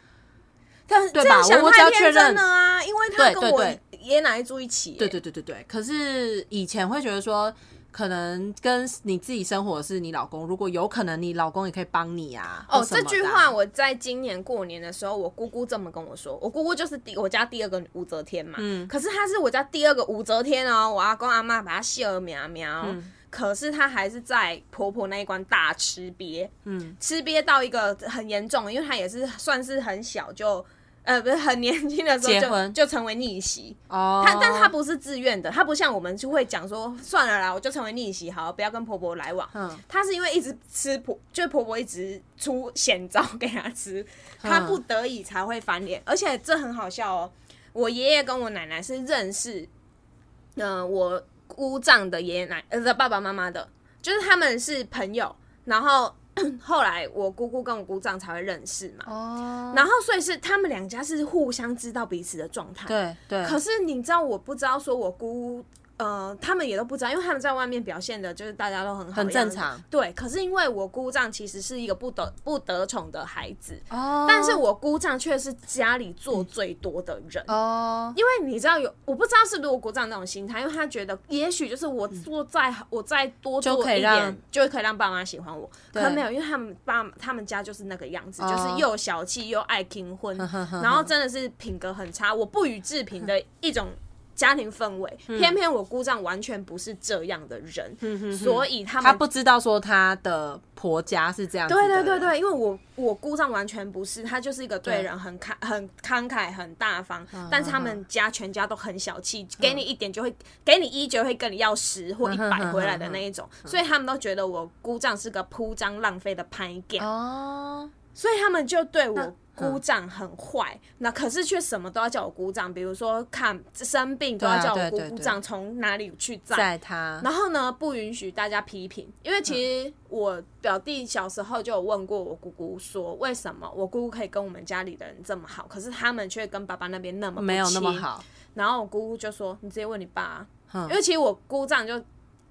但是
对
这样
吧
想
我我只
太
要
天
确认
真了啊，因为她
对
跟
对
我
对
一爷爷奶奶住一起、
对，对对对对。可是以前会觉得说，可能跟你自己生活的是你老公，如果有可能，你老公也可以帮你啊。
哦，
或什么
这
的啊
句话我在今年过年的时候，我姑姑这么跟我说。我姑姑就是第我家第二个武则天嘛，
嗯
可是她是我家第二个武则天哦，我阿公阿妈把她卸了苗苗，哦
嗯
可是她还是在婆婆那一关大吃瘪，嗯，吃瘪到一个很严重，因为她也是算是很小就。呃，不是很年轻的时候
结
就
婚
就成为逆袭，
哦，
但但是他不是自愿的，他不像我们就会讲说算了啦，我就成为逆袭，好，不要跟婆婆来往。
嗯
他是因为一直吃婆，就是婆婆一直出险招给他吃，
嗯
他不得已才会翻脸。而且这很好笑哦，我爷爷跟我奶奶是认识，嗯、我姑丈的爷爷奶呃的爸爸妈妈的，就是他们是朋友，然后后来我姑姑跟我姑丈才会认识嘛。
哦，
然后，所以是他们两家是互相知道彼此的状态。
对对，
可是你知道，我不知道，说我姑，呃，他们也都不知道，因为他们在外面表现的就是大家都很好，
很正。常
对，可是因为我姑丈其实是一个不得不得宠的孩子，
哦，
但是我姑丈却是家里做最多的人。
哦，
因为你知道有，我不知道是不是我姑丈那种心态，因为他觉得也许就是我做再、好，我再多做
就可以
一点
让，
就可以让爸妈喜欢我。
对
可没有，因为他们爸他们家就是那个样子，
哦
就是又小气又爱听婚， 然后真的是品格很差，我不予置评的一种。家庭氛围，
嗯
偏偏我姑丈完全不是这样的人，所以他
她
们
不知道说她的婆家是这样子的
对
人，
对对对，因为我我姑丈完全不是，他就是一个对
对嗯
人很慷很慷慨很大方，但是他们家全家都很小气，给你一点就会给你一就会跟你要十
嗯
或一百回来的那一种，所以他们都觉得我姑丈是个铺张浪费的潘干，
哦，
所以他们就对
嗯
我。姑丈很坏，那可是却什么都要叫我姑丈，比如说看生病都要
对啊
叫我
对
姑
对
姑
对
丈从哪里去载，
在她
然后呢，不允许大家批评，因为其实我表弟小时候就有问过我姑姑说，为什么我姑姑可以跟我们家里的人这么好，可是他们却跟爸爸那边那么不
没有那么
亲。
好，
然后我姑姑就说，你直接问你爸啊、
嗯
因为其实我姑丈就。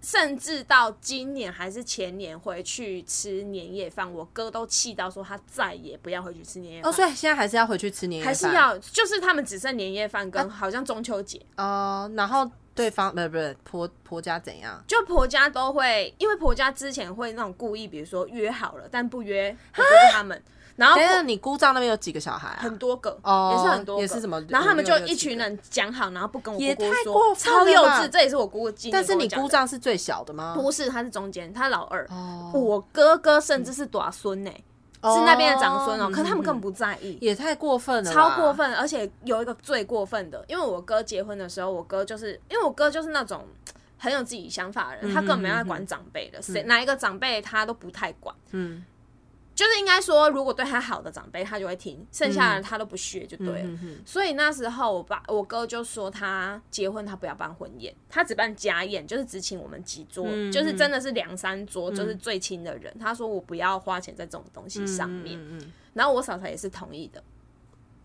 甚至到今年还是前年回去吃年夜饭，我哥都气到说他再也不要回去吃年夜饭，
哦，所以现在还是要回啊去吃年夜
还
饭，
是要就是他们只剩年夜饭跟好像中秋节，
哦，然后对方不是不是婆婆家怎样？
就婆家都会，因为婆家之前会那种故意，比如说约好了但不约，不是他们，然后
等等，你姑丈那边有几个小孩啊？
很多个，
哦
也是很多个，
也是什么
然后他们就
五六
一
七
群人讲好，然后不跟我
也
姑姑
太
说，
过分
超
了
幼
吧
稚，这也是我姑姑今年
但是
跟我
你
讲
姑
的
丈是最小的吗？
不是，他是中间，他是老二，
哦
我哥哥甚至是短孙呢、是那边的长孙哦、
嗯
可他们根本
嗯
不在意，
也太过分了，
超过。分，而且有一个最过分的，因为我哥结婚的时候，我哥就是因为我哥就是那种很有自己想法的
嗯
人，他根本没在管长辈的，谁、哪一个长辈他都不太管，
嗯，
就是应该说，如果对他好的长辈，他就会听，剩下的人他都不屑就对了。
嗯哼
所以那时候我爸我哥就说他结婚他不要办婚宴，他只办家宴，就是只请我们几桌，
嗯
就是真的是两三桌，就是最亲的人。他说我不要花钱在这种东西上面。
嗯嗯，
然后我嫂嫂也是同意的。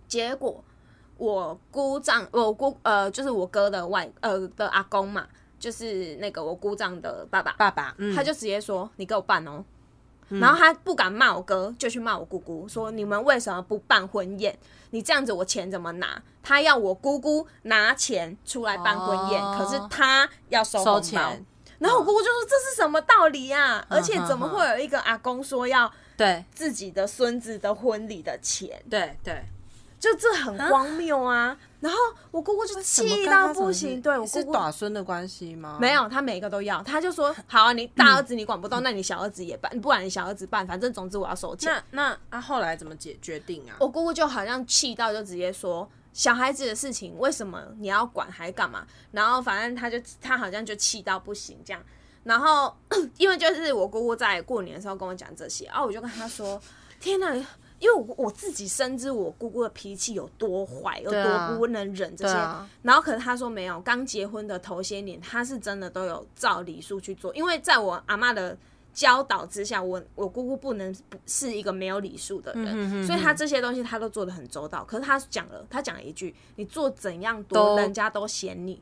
结果我姑丈，我姑呃，就是我哥的外呃的阿公嘛，就是那个我姑丈的爸爸，
爸爸，嗯，
他就直接说：“你给我办哦。”然后他不敢骂我哥，就去骂我姑姑，说你们为什么不办婚宴？你这样子我钱怎么拿？他要我姑姑拿钱出来办婚宴，
哦
可是他要收红包
收钱嗯
然后我姑姑就说这是什么道理啊？而且怎么会有一个阿公说要
对
自己的孙子的婚礼的钱，
对对，
就这很荒谬啊！然后我姑姑就气到不行，对我
是
姑姑
短孙的关系吗？
没有，她每个都要，她 就说好啊，你
嗯
大儿子你管不动，那你小儿子也办，不然你小儿子办，反正总之我要收钱。
那那啊，后来怎么解决定啊？
我姑姑就好像气到就直接说。小孩子的事情为什么你要管还干嘛？然后反正她就她好像就气到不行这样，然后 因为就是我姑姑在过年的时候跟我讲这些，啊，我就跟她说，天哪！因为我我自己深知我姑姑的脾气有多坏，有
对啊
多不能忍这
对
些。
啊
然后可是她说没有，刚结婚的头些年，她是真的都有照礼数去做，因为在我阿妈的教导之下，我我姑姑不能不是一个没有礼数的人，
嗯
所以她这些东西她都做的很周到。可是她讲了，她讲了一句：“你做怎样多，
都
人家都嫌你。”你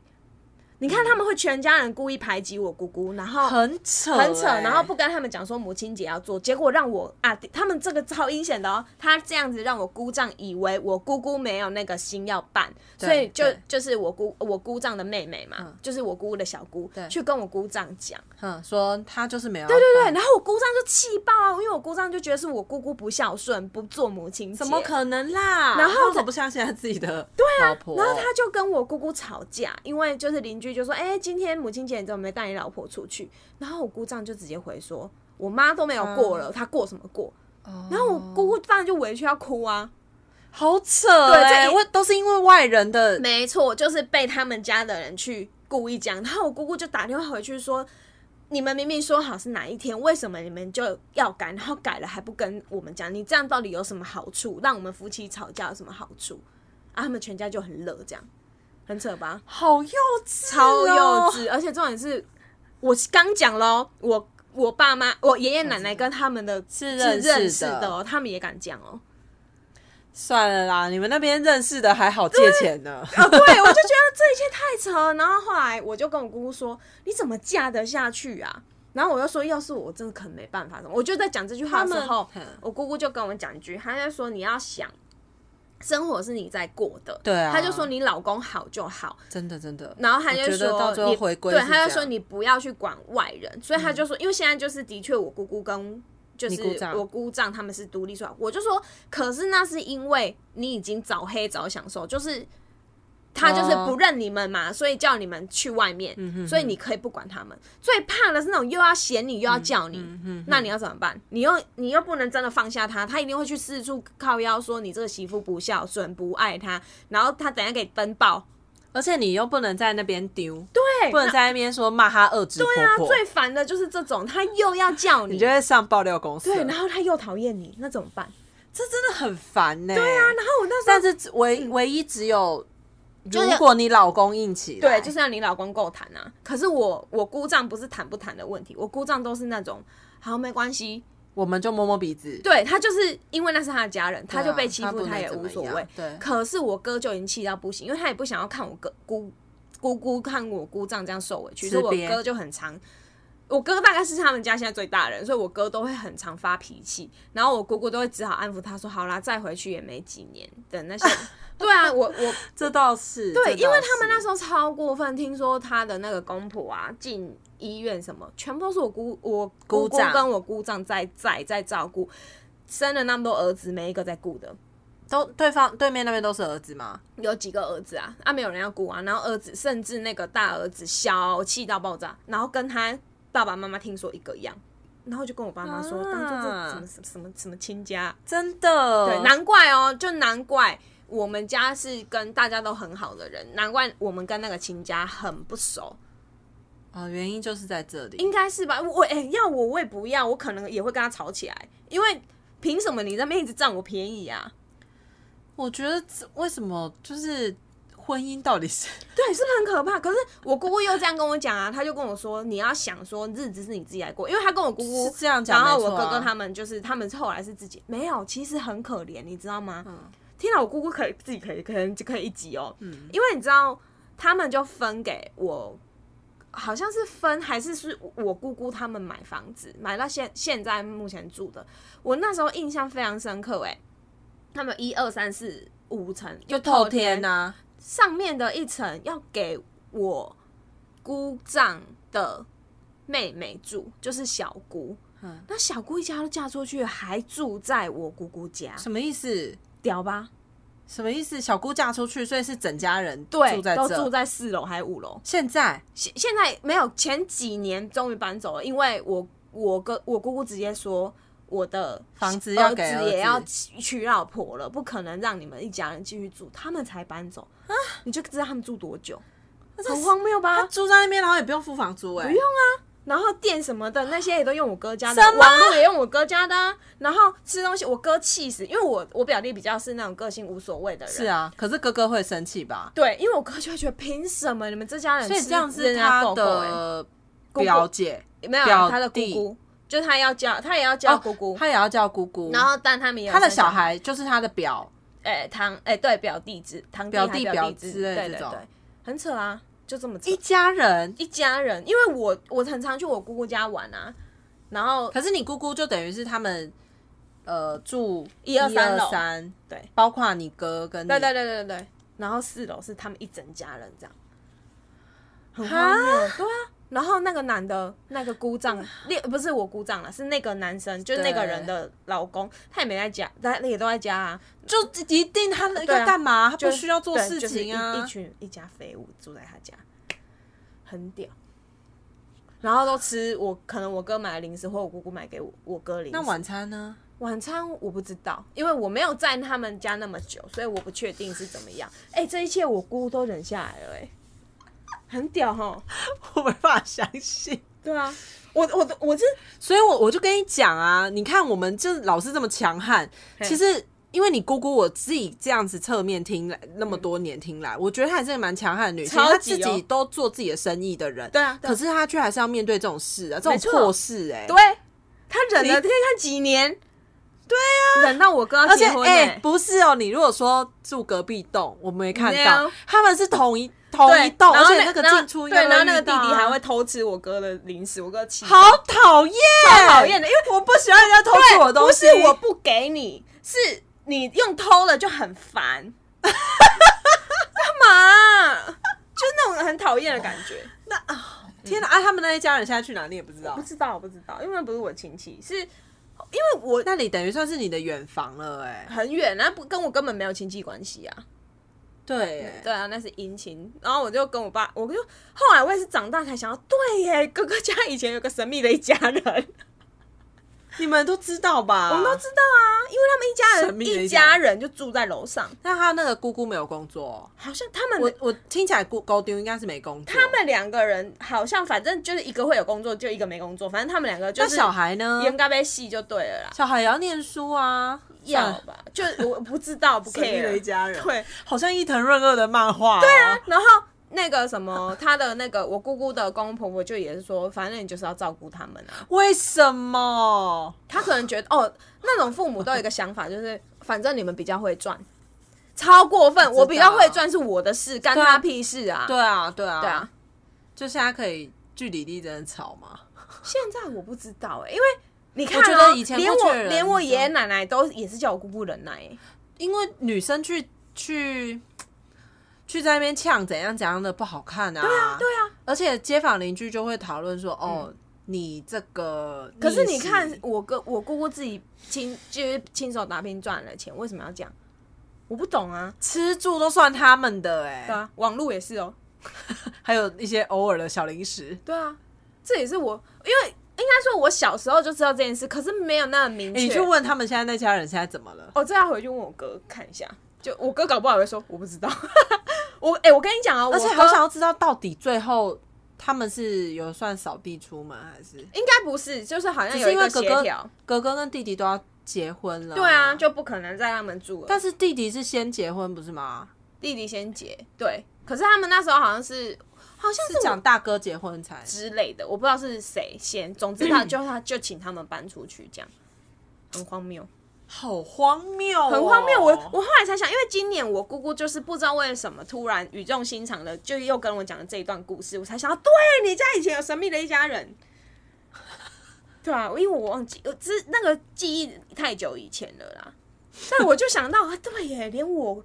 你看他们会全家人故意排挤我姑姑，然后
很扯、
很扯，
欸
然后不跟他们讲说母亲节要做，结果让我啊，他们这个超阴险的哦，他这样子让我姑丈以为我姑姑没有那个心要办，所以就
对
就是我姑我姑丈的妹妹嘛，就是我姑姑的小姑，去跟我姑丈讲，
嗯，说他就是没有对
对对，然后我姑丈就气爆啊，因为我姑丈就觉得是我姑姑不孝顺，不做母亲节，
怎么可能啦？然
后
怎么不相信他自己的对啊老婆？
然后他就跟我姑姑吵架，因为就是邻居就说：“哎、今天母亲节你怎么没带你老婆出去？”然后我姑丈就直接回说：“我妈都没有过了，她过什么过？”然后我姑姑当然就委屈要哭啊。
好扯、欸，
这一
我都是因为外人的
没错，就是被他们家的人去故意讲。然后我姑姑就打电话回去说：“你们明明说好是哪一天，为什么你们就要改？然后改了还不跟我们讲？你这样到底有什么好处？让我们夫妻吵架有什么好处？”啊，他们全家就很乐，这样很扯吧？
好幼稚、
超幼，
哦
稚，而且重点是，我刚讲喽，我我爸妈、我爷爷奶奶跟他们的
是
是
认
认
识
识的哦，他们也敢 讲哦。
算了啦，你们那边认识的还好借钱 呢。
啊，对，我就觉得这一切太扯了。然后后来我就跟我姑姑说：“你怎么嫁得下去啊？”然后我又说：“要是我真的可能没办法。”我就在讲这句话的时候
他们嗯，
我姑姑就跟我讲一句，她就说：“你要想，生活是你在过的。”
对啊
她就说：“你老公好就好，
真的真的，
然后他就
我觉得
说
到最后
你
回归
对，
是
他就
这
说
样嗯
你不要去管外人，所以他就说，因为现在就是的确我姑姑跟就
你
是
姑丈
我姑丈他们是独立出来，我就说，可是那是因为你已经早黑早享受，就是他就是
哦嗯
不认你们嘛，所以叫你们去外面，所以你可以不管他们。最怕的是那种又要嫌你
嗯
又要叫你，那你要怎么办？你又你又不能真的放下他，他一定会去四处靠腰说你这个媳妇不孝顺，不爱他，然后他等下给你登报。
而且你又不能在那边丢，
对，
不能在那边说骂他恶之
对啊，
婆婆，
最烦的就是这种，他又要叫你，
你就会上爆料公司了。
对，然后他又讨厌你，那怎么办？
这真的很烦呢、对啊，
然后我那时候
但是唯唯一只有，
是
如果你老公硬起来，
对，就是让你老公够谈啊。可是我我姑丈不是谈不谈的问题，我姑丈都是那种好没关系，
我们就摸摸鼻子。
对他就是因为那是他的家人，他就被欺
啊他不
负
能
他也
怎
无
么
所
样
谓。
对
可是我哥就已经气到不行，因为他也不想要看我哥姑姑姑看我姑丈这样受委屈，所以
吃瘪
我哥就很常。我哥大概是他们家现在最大人，所以我哥都会很常发脾气，然后我姑姑都会只好安抚他说：“好啦，再回去也没几年的 那些。”对啊，我我
这倒是
对，因为他们那
时
时候超过分，听说他的那个公婆啊进医院什么，全部都是我姑我姑姑
丈
跟我姑丈在在在照顾，生了那么多儿子，没一个在顾的，
都对方对面那边都是儿子嘛，
有几个儿子啊？啊，没有人要顾啊。然后儿子甚至那个大儿子小气到爆炸，然后跟他爸爸妈妈听说一个样，然后就跟我爸妈说，
啊
当初这什么什么什么什么亲家啊，
真的
对，难怪哦，就难怪我们家是跟大家都很好的人，难怪我们跟那个亲家很不熟，
啊，原因就是在这里。
应该是吧？我哎、要我我也不要，我可能也会跟他吵起来，因为凭什么你在那边一直占我便宜啊？
我觉得这为什么就是婚姻到底 是
对，是不是很可怕？可是我姑姑又这样跟我讲啊，她就跟我说，你要想说日子是你自己来过，因为她跟我姑姑
是这样讲
然后
没
我
错啊
哥哥他们就是他们后来是自己没有，其实很可怜，你知道吗？
嗯
天哪，我姑姑可以自己可以可能就可以一集哦，因为你知道他们就分给我。好像是分还是是我姑姑他们买房子，买到现现在目前住的。我那时候印象非常深刻、欸，哎，他们一二三四五层就
透
天
天啊呐、
上面的一层要给我姑丈的妹妹住，就是小姑。
嗯
那小姑一家都嫁出去，还住在我姑姑家，
什么意思？
屌吧？
什么意思？小姑嫁出去，所以是整家人
对，
住在
都
这。
住在四楼还是五楼？
现在
现现在没有，前几年终于搬走了，因为我我跟我姑姑直接说。我的
房子要
儿
给儿子
子也要娶娶老婆了，不可能让你们一家人继续住，他们才搬走啊！你就知道他们住多久，很荒谬吧？
她住在那边，然后也不用付房租、哎，不用
然后店什么的那些也都用我哥家的
什，么
网络也用我哥家的啊、然后吃东西我哥气死，因为我我表弟比较是那种个性无所谓的人，
是啊。可是哥哥会生气吧？
对，因为我哥就会觉得凭什么你们这家人
所以
吃
这样
人
是
家
他
狗狗欸
的表姐
没有啊
表
他的姑
弟
姑，就他要叫他也要叫哦姑姑，
他也要叫姑姑。
然后但他们也有
他的
生
小孩就是他的表，
哎、堂哎、对表弟之堂弟
表
还
弟
表
表
弟之
之类
对
这
对
种
对，很扯啊！就这么扯
一家人。
一家人，因为我我很常去我姑姑家玩啊，然后
可是你姑姑就等于是他们，呃，住
一二三楼
三，
对，
包括你哥跟你
对对对对对，对然后四楼是他们一整家人这样，很荒
哈
谬，对啊。然后那个男的，那个姑 丈，那不是我姑丈啦，是那个男生，就是那个人的老公，他也没在家，他也都在家啊，
就一定他要
对啊
干嘛？他
就
不需要做
对
事
就是一
情啊
一。群一家废物住在他家，很屌。然后都吃我可能我哥买的零食，或我姑姑买给我我哥零食。
那晚餐呢？
晚餐我不知道，因为我没有在他们家那么久，所以我不确定是怎么样。哎、这一切我姑都忍下来了、哎，很屌哈。
我没办法相信。
对啊，我我我是
所以我我就跟你讲啊，你看我们这老是这么强悍，其实因为你姑姑我自己这样子侧面听来那么多年听来，我觉得她还是蛮强悍的女性，
嗯超
她
级
自
哦
己都做自己的生意的人，
对啊对啊
可是她却还是要面对这种事啊，这种
没错
破事哎、
对啊他忍了，
你
可以看几年。对啊，忍到我哥要
而且
结婚、哎，
不是哦，你如果说住隔壁栋，我没看
没
到
有，
他们是同一同
对
一栋，
然
而
后
且那个进出
对，然后那个弟
应该会遇
弟
到啊
还会偷吃我哥的零食，我哥气
好讨厌，
超讨厌的，因为
我不喜欢人家偷吃我的东西，
不是我不给你，是你用偷了就很烦。干嘛、就那种很讨厌的感觉。
天哪啊！他们那一家人现在去哪，你也不知道
嗯不。知道，不知道，因为不是我亲戚，是因为我
那你等于算是你的远房了哎、
很远啊，不跟我根本没有亲戚关系啊。
对
对啊，那是姻亲。然后我就跟我爸，我就后来我也是长大才想到，对耶，哥哥家以前有个神秘的一家人，
啊你们都知道吧？
我们都知道啊，因为他们一家
神
人
秘的一
一
家人
家人就住在楼上，
那他那个姑姑没有工作，
好像他们
我我听起来姑姑丢应该是没工作。
他们两个人好像反正就是一个会有工作，就一个没工作，反正他们两个就
那
是
小孩呢？
应该被戏就对了啦，
小孩也要念书啊，
要
算了
吧？就我不知道，不
神秘
care
的一家人，
对，
好像伊藤润二的漫画、对啊，
然后那个什么，他的那个我姑姑的公公婆婆就也是说，反正你就是要照顾他们啊。
为什么？
他可能觉得哦，那种父母都有一个想法，就是反正你们比较会赚，超过分。我比较会赚是我的事，干
啊对啊
他屁事啊！
对啊，对啊，
对啊，，
就现在可以据理力争吵吗？
现在我不知道哎、因为你看、
我
啊，
觉得以前
连
会觉
我
得人
连我
是
爷爷奶奶都也是叫我姑姑忍耐、欸，
因为女生去去去在那边呛怎样怎样的不好看啊，对啊，
对啊。嗯
而且街坊邻居就会讨论说，哦，你这个逆
可
袭，
是你看，我哥我姑姑自己亲就是亲手打拼赚了钱，为什么要这样？我不懂啊。
吃住都算他们的哎、
对啊，网络也是哦、
还有一些偶尔的小零食。
对啊，这也是我，因为应该说我小时候就知道这件事，可是没有那么明
欸你
确。
去问他们现在那家人现在怎么了？
哦，这要回去问我哥看一下。就我哥搞不好也会说我不知道。 我哎、我跟你讲啊，
而且
我
好
哥
想要知道到底最后他们是有算扫地出门还是？
应该不是，就是好像
只
有
是
一
因为
个
哥
协
哥
调。
哥哥跟弟弟都要结婚了，
对啊，就不可能在他们住了。
但是弟弟是先结婚不是吗？
弟弟先结，对。可是他们那时候好像是，好像
是
是
讲大哥结婚才
之类的，我不知道是谁先。总之他就他就请他们搬出去，这样很荒谬，
好荒谬哦、
很荒谬。我我后来才想，因为今年我姑姑就是不知道为什么突然语重心长的就又跟我讲了这一段故事，我才想到，对你家以前有神秘的一家人。对啊，因为我忘记，呃，只是那个记忆太久以前了啦。但我就想到啊，对耶，连我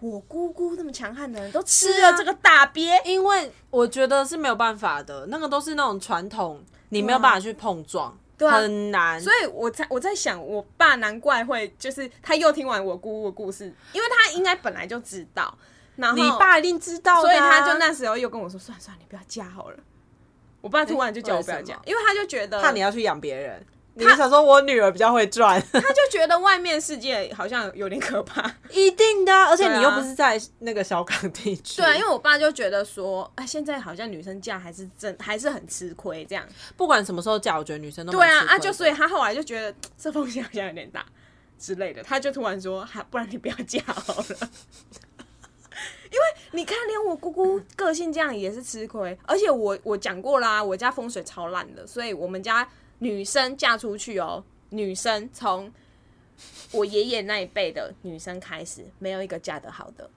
我姑姑那么强悍的人都吃
是啊
了这个大鳖，
因为我觉得是没有办法的，那个都是那种传统，你没有办法去碰撞，
啊
很难。
所以我在我在想，我爸难怪会就是他又听完我姑姑的故事，因为他应该本来就知道，然后
你，爸一定知道、啊
所以他就。啊那时候又跟我说，算了算了，你不要嫁好了。我爸突然就叫我不要嫁，
为什么
因为他就觉得，
怕你要去养别人。你是想说我女儿比较会赚，
他就觉得外面世界好像有点可怕。
一定的啊、而且
对啊
你又不是在那个小港地区，
对啊，因为我爸就觉得说，哎，现在好像女生嫁还是真还是很吃亏这样。
不管什么时候嫁，我觉得女生都
对
蛮吃，
啊
亏
啊，
的
就所以他后来就觉得这风险好像有点大之类的，他就突然说，还不然你不要嫁好了。因 为你看，连我姑姑个性这样也是吃亏，而且我我讲过啦，我家风水超烂的，所以我们家女生嫁出去哦，女生从我爷爷那一辈的女生开始，没有一个嫁得好的。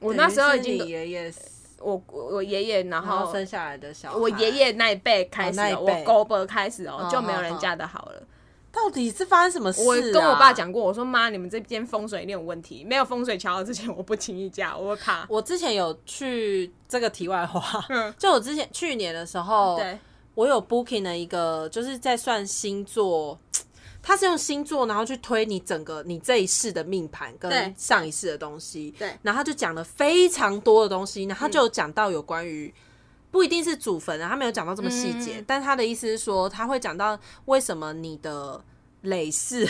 我那时候已
等于
经
是
都
你爷爷死
我我我爷爷，然
然后
后
生下来的小孩，
我爷爷那一辈开始
哦那一
哦，我
辈
狗伯开始哦，
哦
就没有
哦
人
哦
家的好了。
到底是发生什么事、啊？
我跟我爸，讲过，我说妈，你们这边风水一定有问题，没有风水桥之前我不轻易嫁，我会怕。
我之前有去这个题外话，
嗯
就我之前去年的时候，
对，
我有 booking 了一个，就是在算星座，它是用星座，然后去推你整个你这一世的命盘
对
跟上一世的东西。
对嗯
然后他就讲了非常多的东西，然后他就有讲到有关于。不一定是祖坟啊，他没有讲到这么细节，
嗯
但他的意思是说，他会讲到为什么你的累世，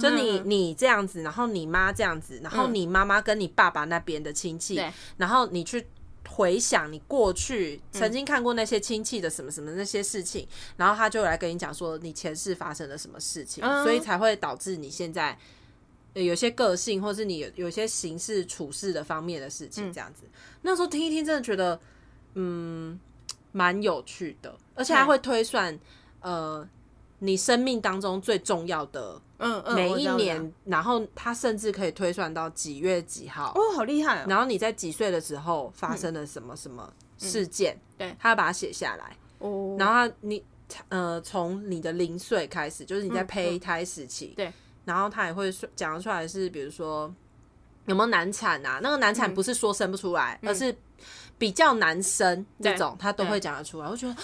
就你你这样子，然后你妈这样子，然后
嗯
你妈妈跟你爸爸那边的亲戚，
对
然后你去回想你过去曾经看过那些亲戚的什么什么那些事情，然后他就来跟你讲说你前世发生了什么事情，
嗯
所以才会导致你现在。呃有些个性，或是你有有些行事处事的方面的事情，这样
嗯
子。那时候听一听，真的觉得，嗯，蛮有趣的，而且还
嗯
会推算，呃，你生命当中最重要的
嗯嗯，
每
我知
一
道我知
年，然后他甚至可以推算到几月几号
道，哦，好厉害哦！
然后你在几岁的时候发生了什么什么事件，
嗯对
他要把它写下来，
哦
然后他你呃从你的零岁开始，就是你在
嗯
胚胎时期，
对，
然后他也会说讲出来是比如说有没有难产啊，那个难
嗯
产不是说生不出来，而是比较难生这种，他都会讲得出来，我觉得。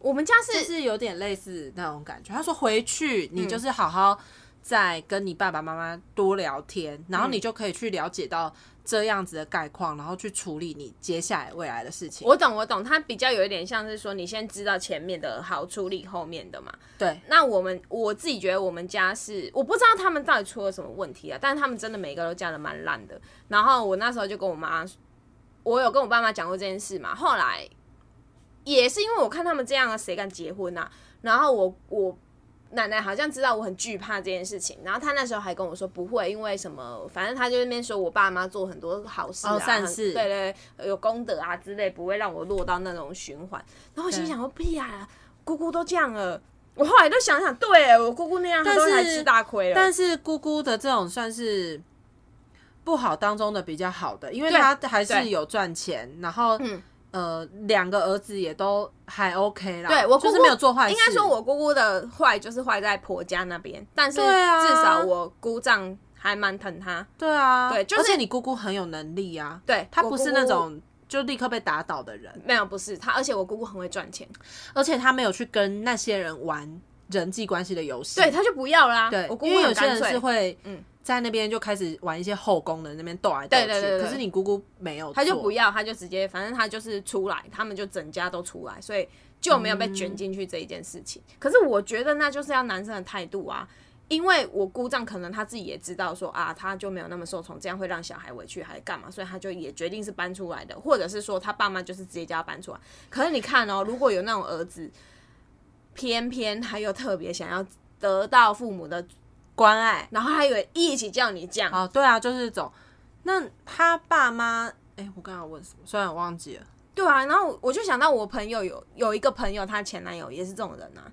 我们家
就是是有点类似那种感觉。他说回去
嗯
你就是好好再跟你爸爸妈妈多聊天，然
嗯
后你就可以去了解到这样子的概况，然后去处理你接下来未来的事情。
我懂我懂，它比较有一点像是说，你先知道前面的好处理后面的嘛。
对，
那我们我自己觉得我们家是，我不知道他们到底出了什么问题啊，但是他们真的每个都嫁的蛮烂的。然后我那时候就跟我妈，我有跟我爸妈讲过这件事嘛。后来也是因为我看他们这样啊，谁敢结婚啊？然后我我奶奶好像知道我很惧怕这件事情，然后她那时候还跟我说不会，因为什么，反正她就在那边说我爸妈做很多好事啊，
哦善事
很对对对，有功德啊之类，不会让我落到那种循环。然后我心
对
想说屁啊，姑姑都这样了。我后来就想想，对我姑姑那样，她
但
都
是
还吃大亏了。
但是姑姑的这种算是。不好当中的比较好的，因为
对
他还是
对
有赚钱，然后、
嗯
呃两个儿子也都还 OK 啦。
对我姑
就是
姑
没有做坏事，
应该说，我姑姑的坏就是坏在婆家那边，但是
对啊
至少我姑丈还蛮疼她。
对啊，
对就是
而且你姑姑很有能力啊，
对，
她
我
不
姑
是
姑嗯
那种就立刻被打倒的人。
没有，不是她，而且我姑姑很会赚钱，
而且他没有去跟那些人玩人际关系的游戏。
对，她就不要啦。
对，
我姑
因
姑
为
很
有些
干
人是
脆，
会
嗯
在那边就开始玩一些后宫的那边斗来斗去，
对对对对
可是你姑姑没有做，
她就不要，她就直接，反正她就是出来，他们就整家都出来，所以就没有被卷进去这一件事情。可是我觉得那就是要男生的态度啊。因为我姑丈可能他自己也知道说啊，他就没有那么受宠，这样会让小孩委屈还干嘛，所以他就也决定是搬出来的，或者是说他爸妈就是直接叫他搬出来。可是你看哦，如果有那种儿子，偏偏还有特别想要得到父母的，
关爱。
然后还有一起叫你这样，
哦，对啊，就是这种。那他爸妈，哎、我刚刚有问什么？虽然我忘记了，
对啊，然后我就想到我朋友有有一个朋友，她前男友也是这种人啊，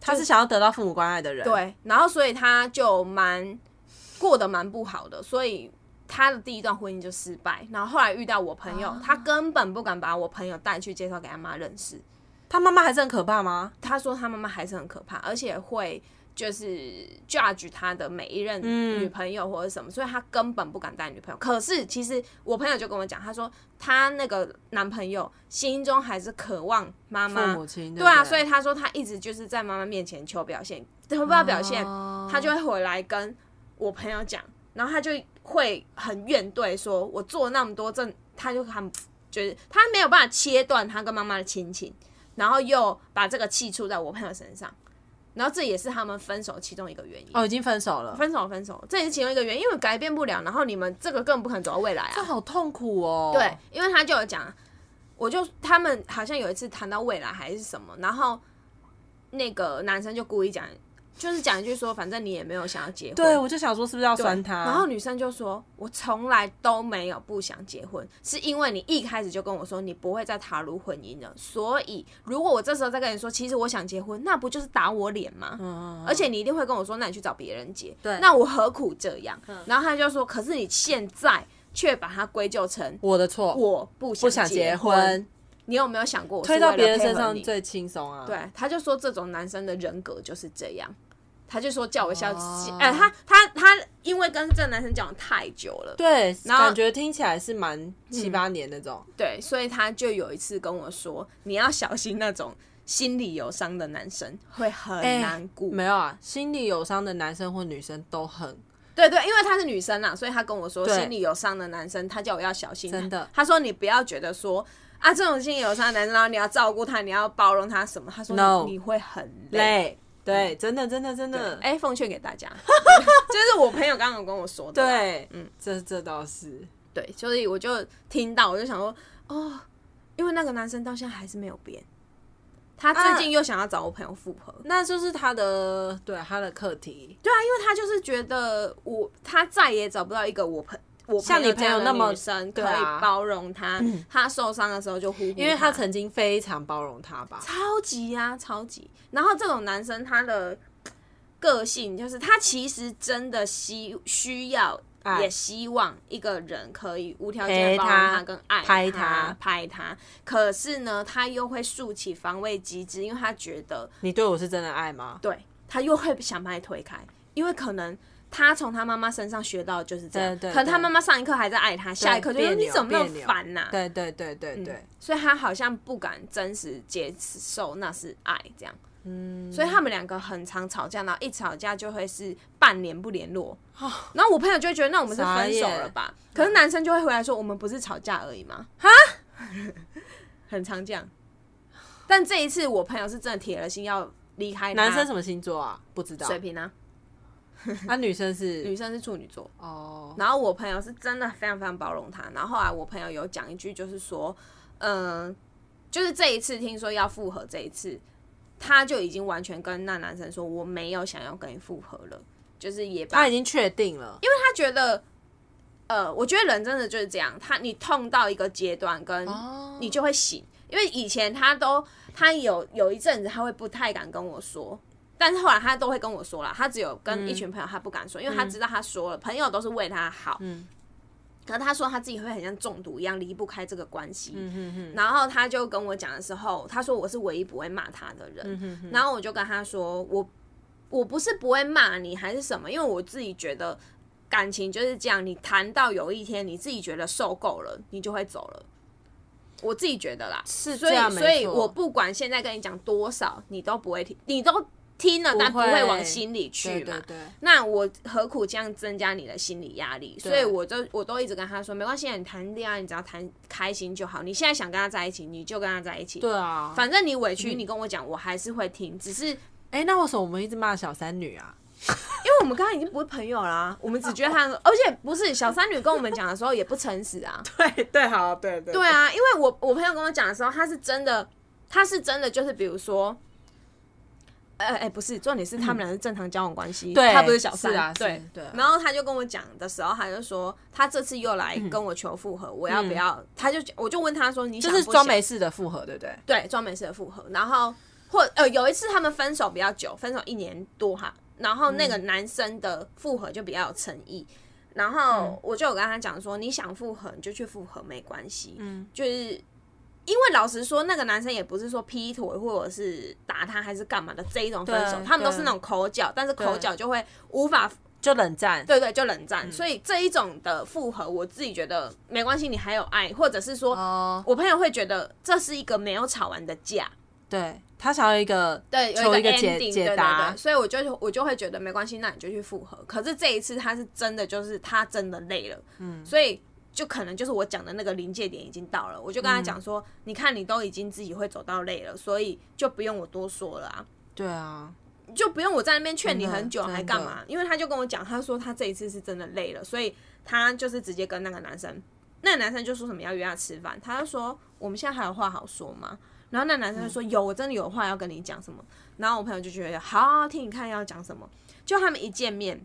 他是想要得到父母关爱的人，，
对，然后所以她就蛮过得蛮不好的，所以她的第一段婚姻就失败。然后后来遇到我朋
哦
友，她、根本不敢把我朋友带去介绍给她妈认识，
他妈妈还是很可怕吗？
她说她妈妈还是很可怕，而且会。就是 judge 她的每一任
嗯
女朋友或者什么，所以她根本不敢带女朋友。可是其实我朋友就跟我讲，她说她那个男朋友心中还是渴望妈
父
妈
母亲，
对啊，所
以
以他说他一直就是在妈妈面前求表现，他不知道表现，哦
哦
他就会回来跟我朋友讲，然后他就会很怨怼，说我做那么多正，他就很觉得他没有办法切断他跟妈妈的亲情，然后又把这个气出在我朋友身上，然后这也是他们分手其中一个原因。
哦，已经分手了，
分手，分手，这也是其中一个原因，因为改变不了，然后你们这个更不可能走到未来啊。
这好痛苦哦。
对，，因为他就有讲，我就他们好像有一次谈到未来还是什么，然后那个男生就故意讲，就是讲一句说，反正你也没有想要结婚。
对我就想说是不是要
对
酸他？
然后女生就说：“我从来都没有不想结婚，是因为你一开始就跟我说你不会再踏入婚姻了，所以如果我这时候再跟你说，其实我想结婚，那不就是打我脸吗？
嗯，
而且你一定会跟我说，那你去找别人结。
对嗯
那我何苦这样？然后他就说，可是你现在却把它归咎成
我的错，
我不
不
想
想
结
结
婚。，你有没有想过我是
推到
为了
别人
配合
身上
你
最轻松啊。
对，他就说这种男生的人格就是这样，他就说叫我下次
哦，
哎、他他他因为跟这个男生交往太久了，
对，
然后嗯
感觉听起来是蛮七八年那种。
对，所以他就有一次跟我说，你要小心那种心理有伤的男生会很
哎
难过。
没有啊，心理有伤的男生或女生都很
对对，因为她是女生啊啦，所以她跟我说
对
心理有伤的男生，她叫我要小心。
真的
她说你不要觉得说啊这种心理有伤的男生，然后你要照顾他，你要包容他什么？她说
No
你会很累。
累。对，真的，真的，真的，
哎、奉劝给大 家，就是我朋友刚刚有跟我说的啦。
对，
嗯
嗯，这这倒是，
对，所以我就听到，我就想说，哦，因为那个男生到现在还是没有变，他
啊
最近又想要找我朋友复合，
那就是他的对他的课题，
对啊，因为他就是觉得我他再也找不到一个我朋我
像你
这
朋
样
友
的
那么
女生可
对
以
啊嗯
包容他，他受伤的时候就呼，
因为
他
他曾经非常包容他吧。
啊超级啊，超级。然后这种男生他的个性就是他其实真的希需要。
爱
也希望一个人可以无条件地包容
陪
他
他
跟爱
拍
他
他
拍他，可是呢，他又会竖起防卫机制，因为他觉得
你对我是真的爱吗？
对他又会想把你推开，因为可能他从他妈妈身上学到的就是这样，
对对
可能他
对
妈妈上一刻还在爱他，下一刻就说
别扭
你怎么那
别
么
扭
烦呐、嗯
对对对对对，
所以他好像不敢真实接受那是爱这样。嗯，所以他们两个很常吵架，然后一吵架就会是半年不联络。然后我朋友就会觉得，那我们是
哦傻
分手
眼
了吧？可是男生就会回来说，我们不是吵架而已吗？哈， 很常这样。但这一次，我朋友是真的铁了心要离开他
男生什么星座啊？不知道。
水瓶啊，
那女生是
女生是处女座。
哦，
然后我朋友是真的非常非常包容他。然后后来我朋友有讲一句，就是说，嗯、就是这一次听说要复合，这一次他就已经完全跟那男生说，我没有想要跟你复合了，就是也把
他已经确定了，
因为他觉得，呃，我觉得人真的就是这样，他你痛到一个阶段，跟
哦
你就会醒。因为以前他都他有有一阵子他会不太敢跟我说，但是后来他都会跟我说啦，他只有跟一群朋友他不敢说，因为他知道他说了，朋友都是为他好。
嗯
可是他说他自己会很像中毒一样离不开这个关系，
嗯哼哼，
然后他就跟我讲的时候，他说我是唯一不会骂他的
嗯
人，然后我就跟他说，我我不是不会骂你还是什么，因为我自己觉得感情就是这样，你谈到有一天你自己觉得受够了，你就会走了。我自己觉得啦，
是
所
这样
以
没
所以
错
我不管现在跟你讲多少，你都不会听，你都听了，但不会
会
往心里去嘛。
对对对，
那我何苦这样增加你的心理压力？所以我就我都一直跟他说，没关系，啊你谈恋爱你只要谈开心就好。你现在想跟他在一起，你就跟他在一起。
对啊。
反正你委屈，你跟我讲，我还是会听。只是因
哎，那为什么我们一直骂小三女啊？
为我们刚刚已经不是朋友啦、我们只觉得他，而且不是小三女跟我们讲的时候也不诚实啊。
对对，好，对对
对啊，因为我我朋友跟我讲的时候，他是真的，他是真的，就是比如说。呃，哎、不是，重点是他们俩是正常交往关系，
嗯对
他不是小三
是啊
对
是对啊
然后他就跟我讲的时候，他就说他这次又
嗯
来跟我求复合，我要不要？他就我就问他说，你
就
想
是
不
装
想
没事的复合，对不对？
对装没事的复合，然后或呃有一次他们分手比较久，分手一年多哈，然后那个
嗯
男生的复合就比较有诚意。然
嗯
后我就有跟他讲说，你想复合你就去复合，没关系。嗯，就是因为老实说，那个男生也不是说劈腿或者是打他还是干嘛的这一种分手，
对
他们都
对
是那种口角，但是口角就会无法
就冷战，
对对，就冷战。
嗯
所以这一种的复合，我自己觉得没关系，你还有爱，或者是说，
哦，
我朋友会觉得这是一个没有吵完的架，
对他想要一个
对，有
求
一
一
个
个
ending，
解
对对
解答
对，所以我就我就会觉得没关系，那你就去复合。可是这一次他是真的，就是他真的累了，嗯，所以。就可能就是我讲的那个临界点已经到了，我就跟他讲
嗯
说，你看你都已经自己会走到累了，所以就不用我多说了啊。
对啊，
就不用我在那边劝你很久
真的
还干嘛？因为他就跟我讲，他说他这一次是真的累了，所以他就是直接跟那个男生，那个男生就说什么要约他吃饭，他就说我们现在还有话好说吗？然后那男生就
嗯
说、有，我真的有话要跟你讲什么。然后我朋友就觉得好好听你看要讲什么。就他们一见面，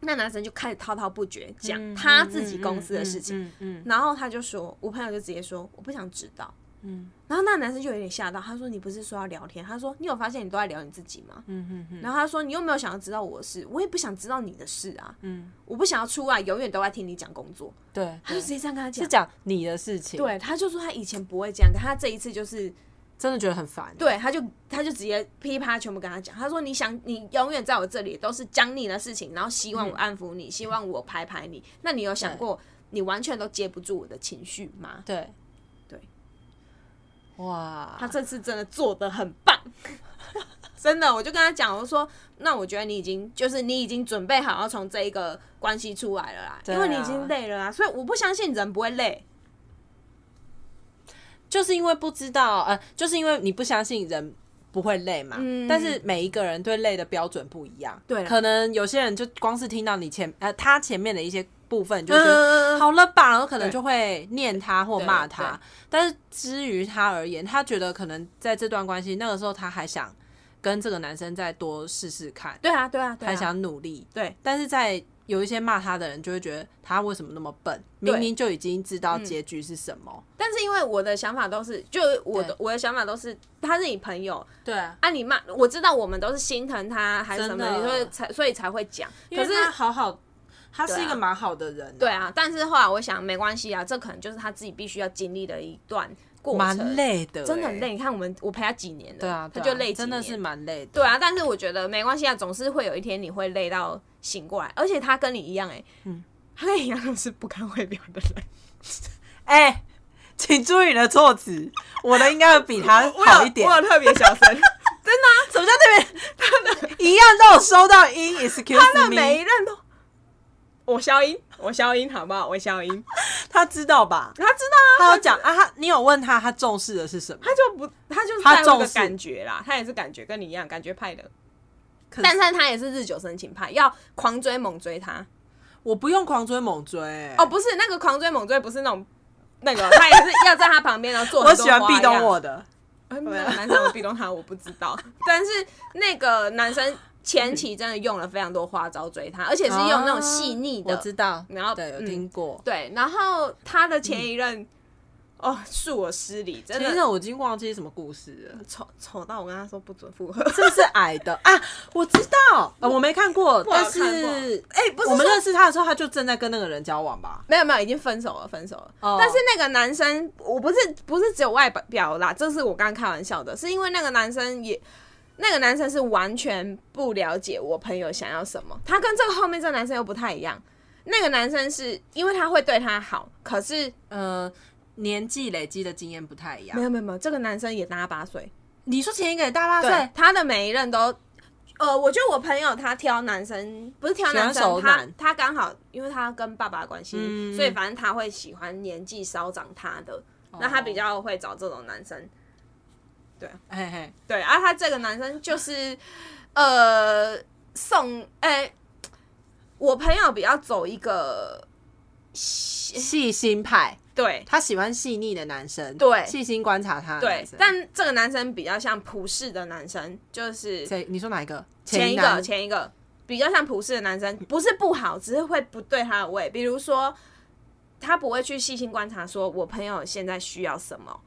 那男生就开始滔滔不
嗯
绝讲他自己公司的事情，
嗯嗯嗯嗯嗯
然后他就说，我朋友就直接说我不想知道，嗯，然后那男生就有点吓到，他说：“你不是说要聊天？”他说：“你有发现你都在聊你自己吗？”嗯哼哼。然后他说：“你又没有想要知道我的事，我也不想知道你的事啊。嗯，我不想要出来，永远都在听你讲工作。
对”，
他就直接这样跟他讲。
是讲你的事情，，
对，他就说他以前不会这样，可他这一次就是
真的觉得很烦。
对，他就他就直接噼啪全部跟他讲，他说你想你永远在我这里都是讲你的事情，然后希望我安抚你，希望我拍拍你，那你有想过你完全都接不住我的情绪吗？
对
对，
哇，
他这次真的做的很棒， 真的，我就跟他讲，我说那我觉得你已经就是你已经准备好要从这一个关系出来了啦，
对
因为你
啊
已经累了啊，所以我不相信人不会累，
就是因为不知道，呃，就是因为你不相信人不会累嘛。但是每一个人对累的标准不一样，
嗯对啦
可能有些人就光是听到你前呃他前面的一些部分，就觉得、
嗯
好了吧，然后可能
对
就会念他或骂
对对
他。但是至于他而言，他觉得可能在这段关系那个时候他还想跟这个男生再多试试看，
对啊对啊对
还
啊，
想努力，
对，
但是在有一些骂他的人就会觉得他为什么那么笨，明
对嗯
明就已经知道结局是什么。
但是因为我的想法都是，就我的我的想法都是他是你朋友。
对啊，
啊，你骂我知道，我们都是心疼他还是什么
真，的
你所以才所以才会讲。
可
可
是
是
他好好，他是一
对啊
个蛮好的人、
对，啊，但是后来我想没关系啊，这可能就是他自己必须要经历的一段过程，
蛮，累的、
真的很。累。你看我们我陪他几年了，
对啊，
他
对啊
就累几
真的是
年
蛮累的。
对啊，但是我觉得没关系啊，总是会有一天你会累到醒过来，而且他跟你一样哎、嗯， 他跟你一样都是不看外表的人。
哎、请注意你的措辞，我的应该会比他啊好一点。
我有特别 小声，啊
什么叫特别？他的一样都有收到音
那
，excuse
每一
me，
任都我消音，我消音好不好？我消音，
他知道吧？
他知道啊，
他有讲啊，他你有问他他重视的是什么？
他就不，他就是
他
在乎
重
个
视
感觉啦，他也是感觉跟你一样感觉派的，
可
但
是
是他也是日久生情派，要狂追猛追他。
我不用狂追猛追、欸
哦，不是那个狂追猛追，不是那种那个，他也是要在他旁边然后做
我
很多
喜欢壁咚
花
我
样，
的，
哎没有男生我壁咚他我不知道，但是那个男生前期真的用了非常多花招追他，而且是用那种细腻的
我，知道。
然后
对，有
嗯
听过。
对，然后他的前一任，哦，恕我失礼，真
嗯其
的
实我已经忘记什么故事了。
丑丑到我跟他说不准复合。
是不是矮的啊？我知道，呃、我没看过，
好
但
看
是
哎、不是
我们
说
认识他的时候，他就正在跟那个人交往吧？
没有没有，已经分手了，分手了。
哦
但是那个男生，我不是不是只有外表啦，这是我刚刚开玩笑的，是因为那个男生也，那个男生是完全不了解我朋友想要什么，他跟这个后面这个男生又不太一样。那个男生是因为他会对他好，可是
呃，年纪累积的经验不太一
没
样。
有没有没有，这个男生也大他八岁，
你说前一个也大八岁，
啊他的每一任都，呃，我觉得我朋友他挑男生不是挑男
喜欢熟
生，他
男
他刚好因为他跟爸爸的关系，
嗯
所以反正他会喜欢年纪稍长他的，
哦
那他比较会找这种男生。
嘿嘿，
对，啊，他这个男生就是，呃，送，哎、我朋友比较走一个，
细心派，
对
他喜欢细腻的男生，
对
细心观察他的男
对
生。，
但这个男生比较像普世的男生，就是
谁？你说哪一个？
前一个
男
前一个比较像普世的男 生，不是不好，只是会不对他的胃。比如说，他不会去细心观察，说我朋友现在需要什么。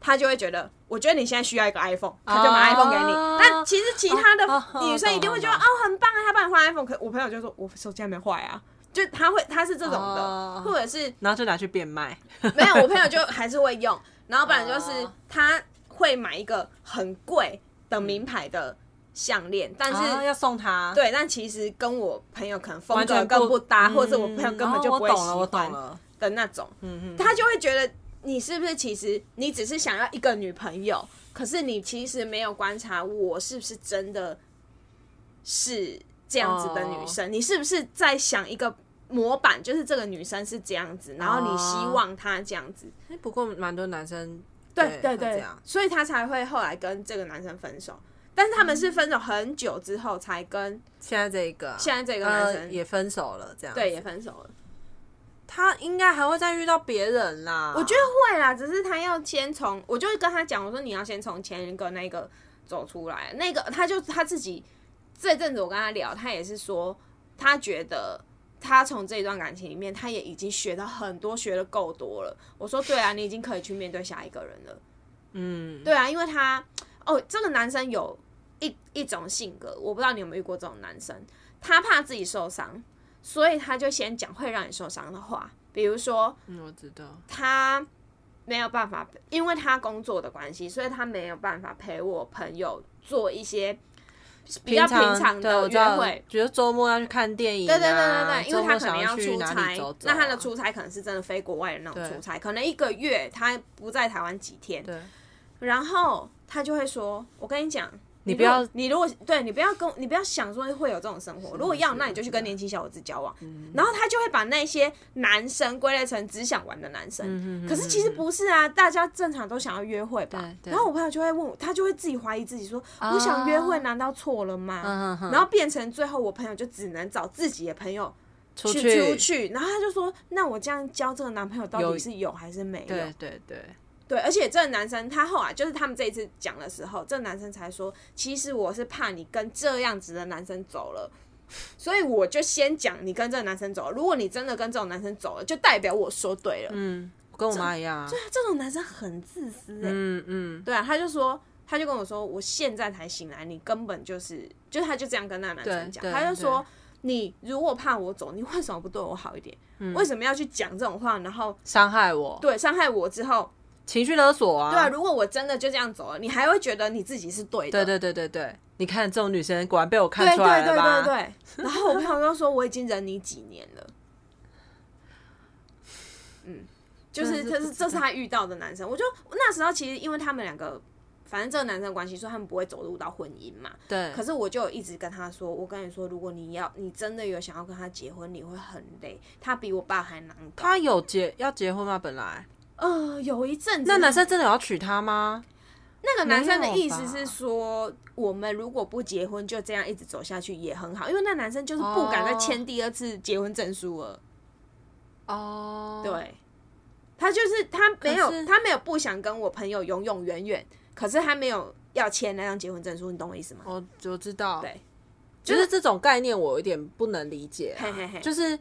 他就会觉得，我觉得你现在需要一个 iPhone，他就买 iPhone 给你。
哦
但其实其他
哦哦
的女生一定会觉得，
懂
哦，很棒啊，他帮你换 iPhone。可我朋友就说，我手机还没坏啊，就他会，他是这种的
哦，
或者是
然后就拿去变卖。
没有，我朋友就还是会用，然后不然就是
哦
他会买一个很贵的名牌的项链，但是
啊要送他，
对，但其实跟我朋友可能风
完
格
全
更不搭，或者
嗯
我朋友根本就
哦
不
我
会
懂了，我
喜
懂
欢
了。嗯
的那种，他就会觉得你是不是其实你只是想要一个女朋友，可是你其实没有观察我是不是真的是这样子的
哦
女生，你是不是在想一个模板，就是这个女生是这样子，然后你希
哦
望她这样子，
哎不过蛮多男生
对对
会这
对
样，
所以他才会后来跟这个男生分手。但是他们
嗯
是分手很久之后才跟
现在这一个啊，
现在这个男生
呃也分手了，这样
对也分手了。
他应该还会再遇到别人啦。
我觉得会啦，只是他要先从，我就跟他讲，我说你要先从前一个那个走出来，那个他就他自己这阵子我跟他聊，他也是说，他觉得他从这一段感情里面，他也已经学到很多，学的够多了。我说对啊，你已经可以去面对下一个人了。
嗯，
对啊，因为他哦，这个男生有一一种性格，我不知道你有没有遇过这种男生，他怕自己受伤，所以他就先讲会让你受伤的话，比如说
嗯我知道，
他没有办法，因为他工作的关系，所以他没有办法陪我朋友做一些比较平常
对我
的
知
约
道
会。，
觉得周末要去看电影、啊，
对对对对对，因为他可能
要
要出
哪
差，
里走走啊
那他的出差可能是真的飞国外的那种
对
出差，可能一个月他不在台湾几天，
对，
然后他就会说：“我跟你讲，
你
你
不要嗯
如果你如果对你不要跟我你不要想说会有这种生活，如果要，那你就去跟年轻小伙子交往。然后他就会把那些男生归类成只想玩的男生，
嗯
可是其实不是啊，大家正常都想要约会吧
对。对啊
然后我朋友就会问我，他就会自己怀疑自己说：我想约会难道错了
嗯
吗
哼？哼
然后变成最后我朋友就只能找自己的朋友。
出
去
去
出，去，然后他就说：“那我这样交这个男朋友到
有
底是有还是没有？”
对对对，
对，而且这个男生他后来就是他们这一次讲的时候，这个男生才说，其实我是怕你跟这样子的男生走了，所以我就先讲你跟这个男生走了。如果你真的跟这种男生走了，就代表我说对了。
嗯，跟我妈一样啊，
对啊，这种男生很自私哎、
嗯嗯，
对啊，他就说，他就跟我说，我现在才醒来，你根本就是，就他就这样跟那个男生
对
讲，
对
他就说，你如果怕我走，你为什么不对我好一点？
嗯
为什么要去讲这种话，然后
伤害我，
对伤害我之后？
情绪勒索啊，
对啊，如果我真的就这样走了，你还会觉得你自己是对的。
对对对对对，你看这种女生果然被我
对
看出来了
对对
吧？
对对。然后我朋友就说：“我已经忍你几年了。”嗯，就是
真的是不
这是
知
这是他遇到的男生。我就那时候其实因为他们两个，反正这个男生的关系，所以他们不会走入到婚姻嘛。
对
可是我就有一直跟他说：“我跟你说，如果你要你真的有想要跟他结婚，你会很累。他比我爸还难搞。
他有结要结婚吗？本来
呃，有一阵子
那男生真的有要娶她吗？
那个男生的
没有
意思
吧
是说，我们如果不结婚，就这样一直走下去也很好，因为那男生就是不敢再签第二次结婚证书了。
哦，
对，他就是他没有
可是
他没有不想跟我朋友永永远远，可是他没有要签那张结婚证书，你懂我意思吗？
我哦我知道，
对，
就是这种概念我有点不能理解啊、
嘿嘿嘿
就是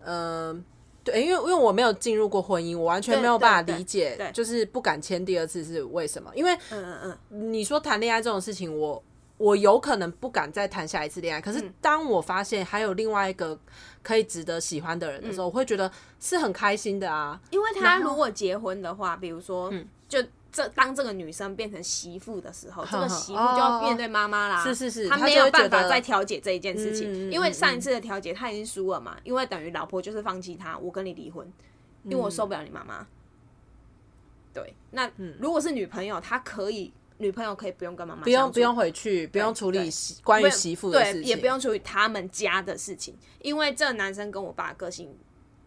呃，对，因为因为我没有进入过婚姻，我完全
对
没有办法
对
理解
对，
就是不敢签第二次是为什么？因为
嗯嗯嗯，
你说谈恋爱这种事情，我我有可能不敢再谈下一次恋爱。可
嗯
是当我发现还有另外一个可以值得喜欢的人的时候，我会觉得是很开心的啊。
嗯因为他如果结婚的话，比如说，
嗯
就这当这个女生变成媳妇的时候，这个媳妇就要面对妈妈啦，
哦是是是
她
她
没
就
有
会觉
办
得
法再调解这一件事情，
嗯嗯
因为
嗯
上一次的调解她已经输了嘛，因为等于老婆就是放弃他，我跟你离婚，因为
嗯
我受不了你妈妈。对，那如果是女朋友，她可以，女朋友可以不用跟妈妈
嗯不
不
用不用回去，不用处
对
理媳关于媳妇的事
对，
情，
也不用处理他们家的事情，因为这个男生跟我爸的个性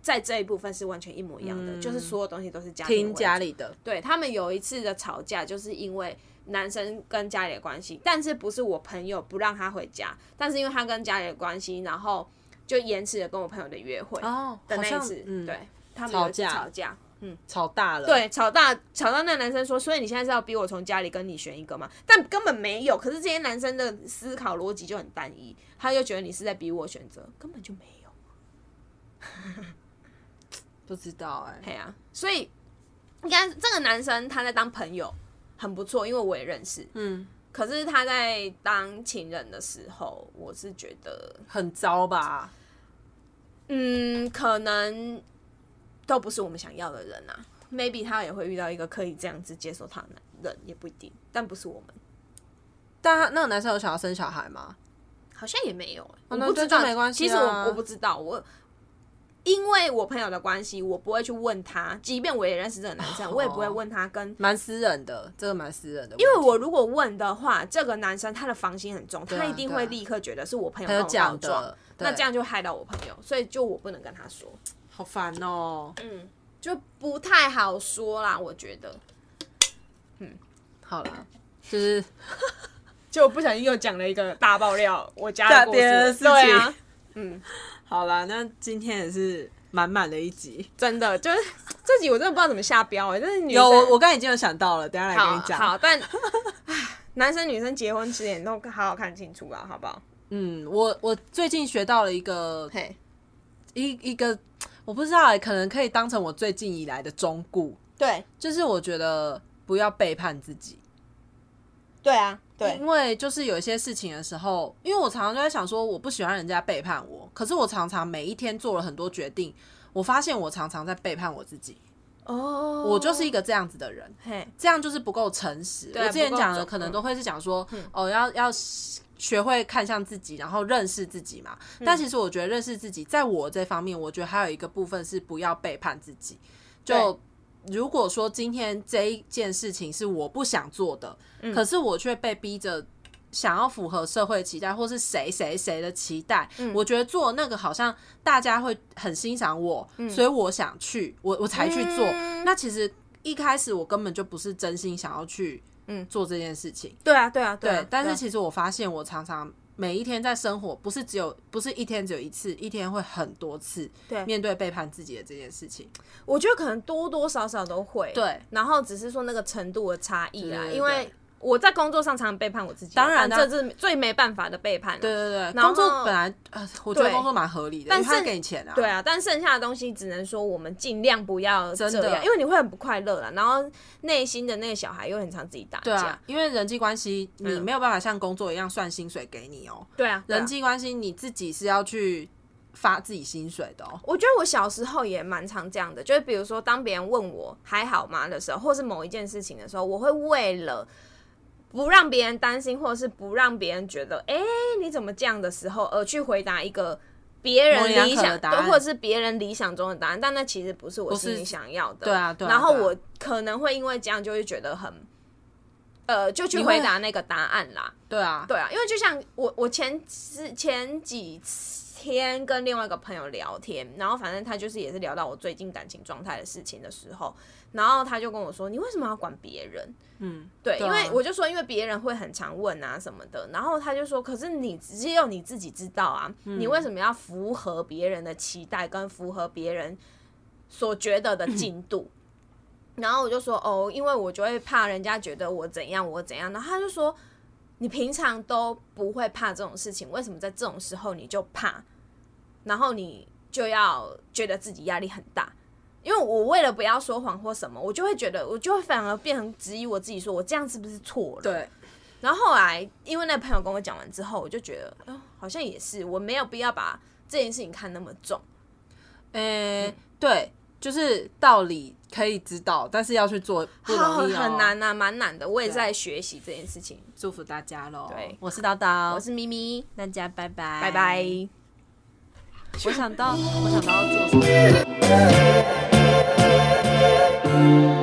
在这一部分是完全一模一样的，就是所有东西都是家庭
嗯
为
听
主
家里的。
对他们有一次的吵架，就是因为男生跟家里的关系，但是不是我朋友不让他回家，但是因为他跟家里的关系，然后就延迟了跟我朋友的约会
哦，
的
好
那一
像
次，
嗯，
对，他们有一次
吵架
吵架，嗯，
吵大了，，
对，吵大吵到那男生说，所以你现在是要逼我从家里跟你选一个吗？但根本没有，可是这些男生的思考逻辑就很单一，他就觉得你是在逼我选择，根本就没有。
不知道哎、
对啊，所以应该这个男生他在当朋友很不错，因为我也认识。
嗯，
可是他在当情人的时候，我是觉得，
很糟吧？
嗯，可能都不是我们想要的人啊。Maybe 他也会遇到一个可以这样子接受他的人，也不一定，但不是我们，
但他那个男生有想要生小孩吗？
好像也没有、欸我
那
不知
这
道，
就没关系
其实我
啊
我不知道，我因为我朋友的关系，我不会去问他，即便我也认识这个男生，我也不会问他跟
蛮私人的，这个蛮私人的问题，
因为我如果问的话，这个男生他的防心很重，
啊
他一定会立刻觉得是我朋友
他
跟
有
我告
讲
状
的，，
那
对
这样就害到我朋友，所以就我不能跟他说，
好烦哦、
嗯，就不太好说啦，我觉得。
好 了，就是
就不小心又讲了一个大爆料，我
的
家
故事大别的事情
对啊，
好啦，那今天也是满满的一集。
真的就是这集我真的不知道怎么下标哎、欸，就是女生
有我，我刚才已经有想到了，等一下来跟
好
你讲。
好， 但唉男生女生结婚之前都好好看清楚啊，好不好？
嗯，我我最近学到了一个
嘿，
一一个，我不知道、欸，可能可以当成我最近以来的忠固，
对，
就是我觉得不要背叛自己。
对啊，对
因，为就是有一些事情的时候，因为我常常就在想说，我不喜欢人家背叛我，可是我常常每一天做了很多决定，我发现我常常在背叛我自己，
哦，
我就是一个这样子的人，
嘿，
这样就是不够诚实。
对啊
我之前
不够嗯
讲的
忠
可能都会是讲说，哦，要要学会看向自己，然后认识自己嘛。
嗯
但其实我觉得认识自己，在我这方面，我觉得还有一个部分是不要背叛自己。就如果说今天这一件事情是我不想做的，
嗯
可是我却被逼着。想要符合社会期待，或是谁谁谁的期待，
嗯
我觉得做那个好像大家会很欣赏我，所以我想去，我我才去做。
嗯
那其实一开始我根本就不是真心想要去
嗯
做这件事情，
对啊，对啊，对啊
对。，但
对
是
啊
其实我发现，我常常每一天在生活，不是只有不是一天只有一次，一天会很多次。
对
面对背叛自己的这件事情，
我觉得可能多多少少都会，
对，
然后只是说那个程度的差异啦，
对对
因为我在工作上常常背叛我自己啊，
当然啊
但这是最没办法的背叛啊，
对对对，
然后
工作本来呃，我觉得
对
工作蛮合理的，
但
因为他
是
给你钱啊，
对啊，但剩下的东西只能说我们尽量不要这
真的
样，因为你会很不快乐啦，然后内心的那个小孩又很常自己打架，
对啊，因为人际关系你没有办法像工作一样算薪水给你哦，
对嗯啊，对啊
人际关系你自己是要去发自己薪水的哦，
我觉得我小时候也蛮常这样的，就是比如说当别人问我还好吗的时候，或是某一件事情的时候，我会为了不让别人担心，或者是不让别人觉得哎、诶你怎么这样的时候，而去回答一个别人
模棱两
理
可的
想
答案
对或者是别人理想中的答案，但那其实不是我
不是
心里想要的。
对啊对啊
然后
对啊
我可能会因为这样就会觉得很。呃，就去
你会
回答那个答案啦。
对啊，
对啊，因为就像我我前之前几天跟另外一个朋友聊天，然后反正他就是也是聊到我最近感情状态的事情的时候，然后他就跟我说：“你为什么要管别人？”
嗯，
对，
对
因
啊
为我就说，因为别人会很常问啊什么的，然后他就说：“可是你只有你自己知道啊，
嗯
你为什么要符合别人的期待，跟符合别人所觉得的进 度？”然后我就说：“哦，因为我就会怕人家觉得我怎样，我怎样。”然后他就说：“你平常都不会怕这种事情，为什么在这种时候你就怕？然后你就要觉得自己压力很大。因为我为了不要说谎或什么，我就会觉得，我就会反而变成质疑我自己，说我这样是不是错了？
对，
然后后来，因为那朋友跟我讲完之后，我就觉得，哦，好像也是，我没有必要把这件事情看那么重。
诶、
嗯
对，就是道理可以知道，但是要去做不容易、哦，
很。难啊，蛮难的。我也在学习这件事情。
祝福大家喽！
对
我是叨叨，
我是咪咪，
大家拜拜，
拜拜。。
我想到，我想到要做什么。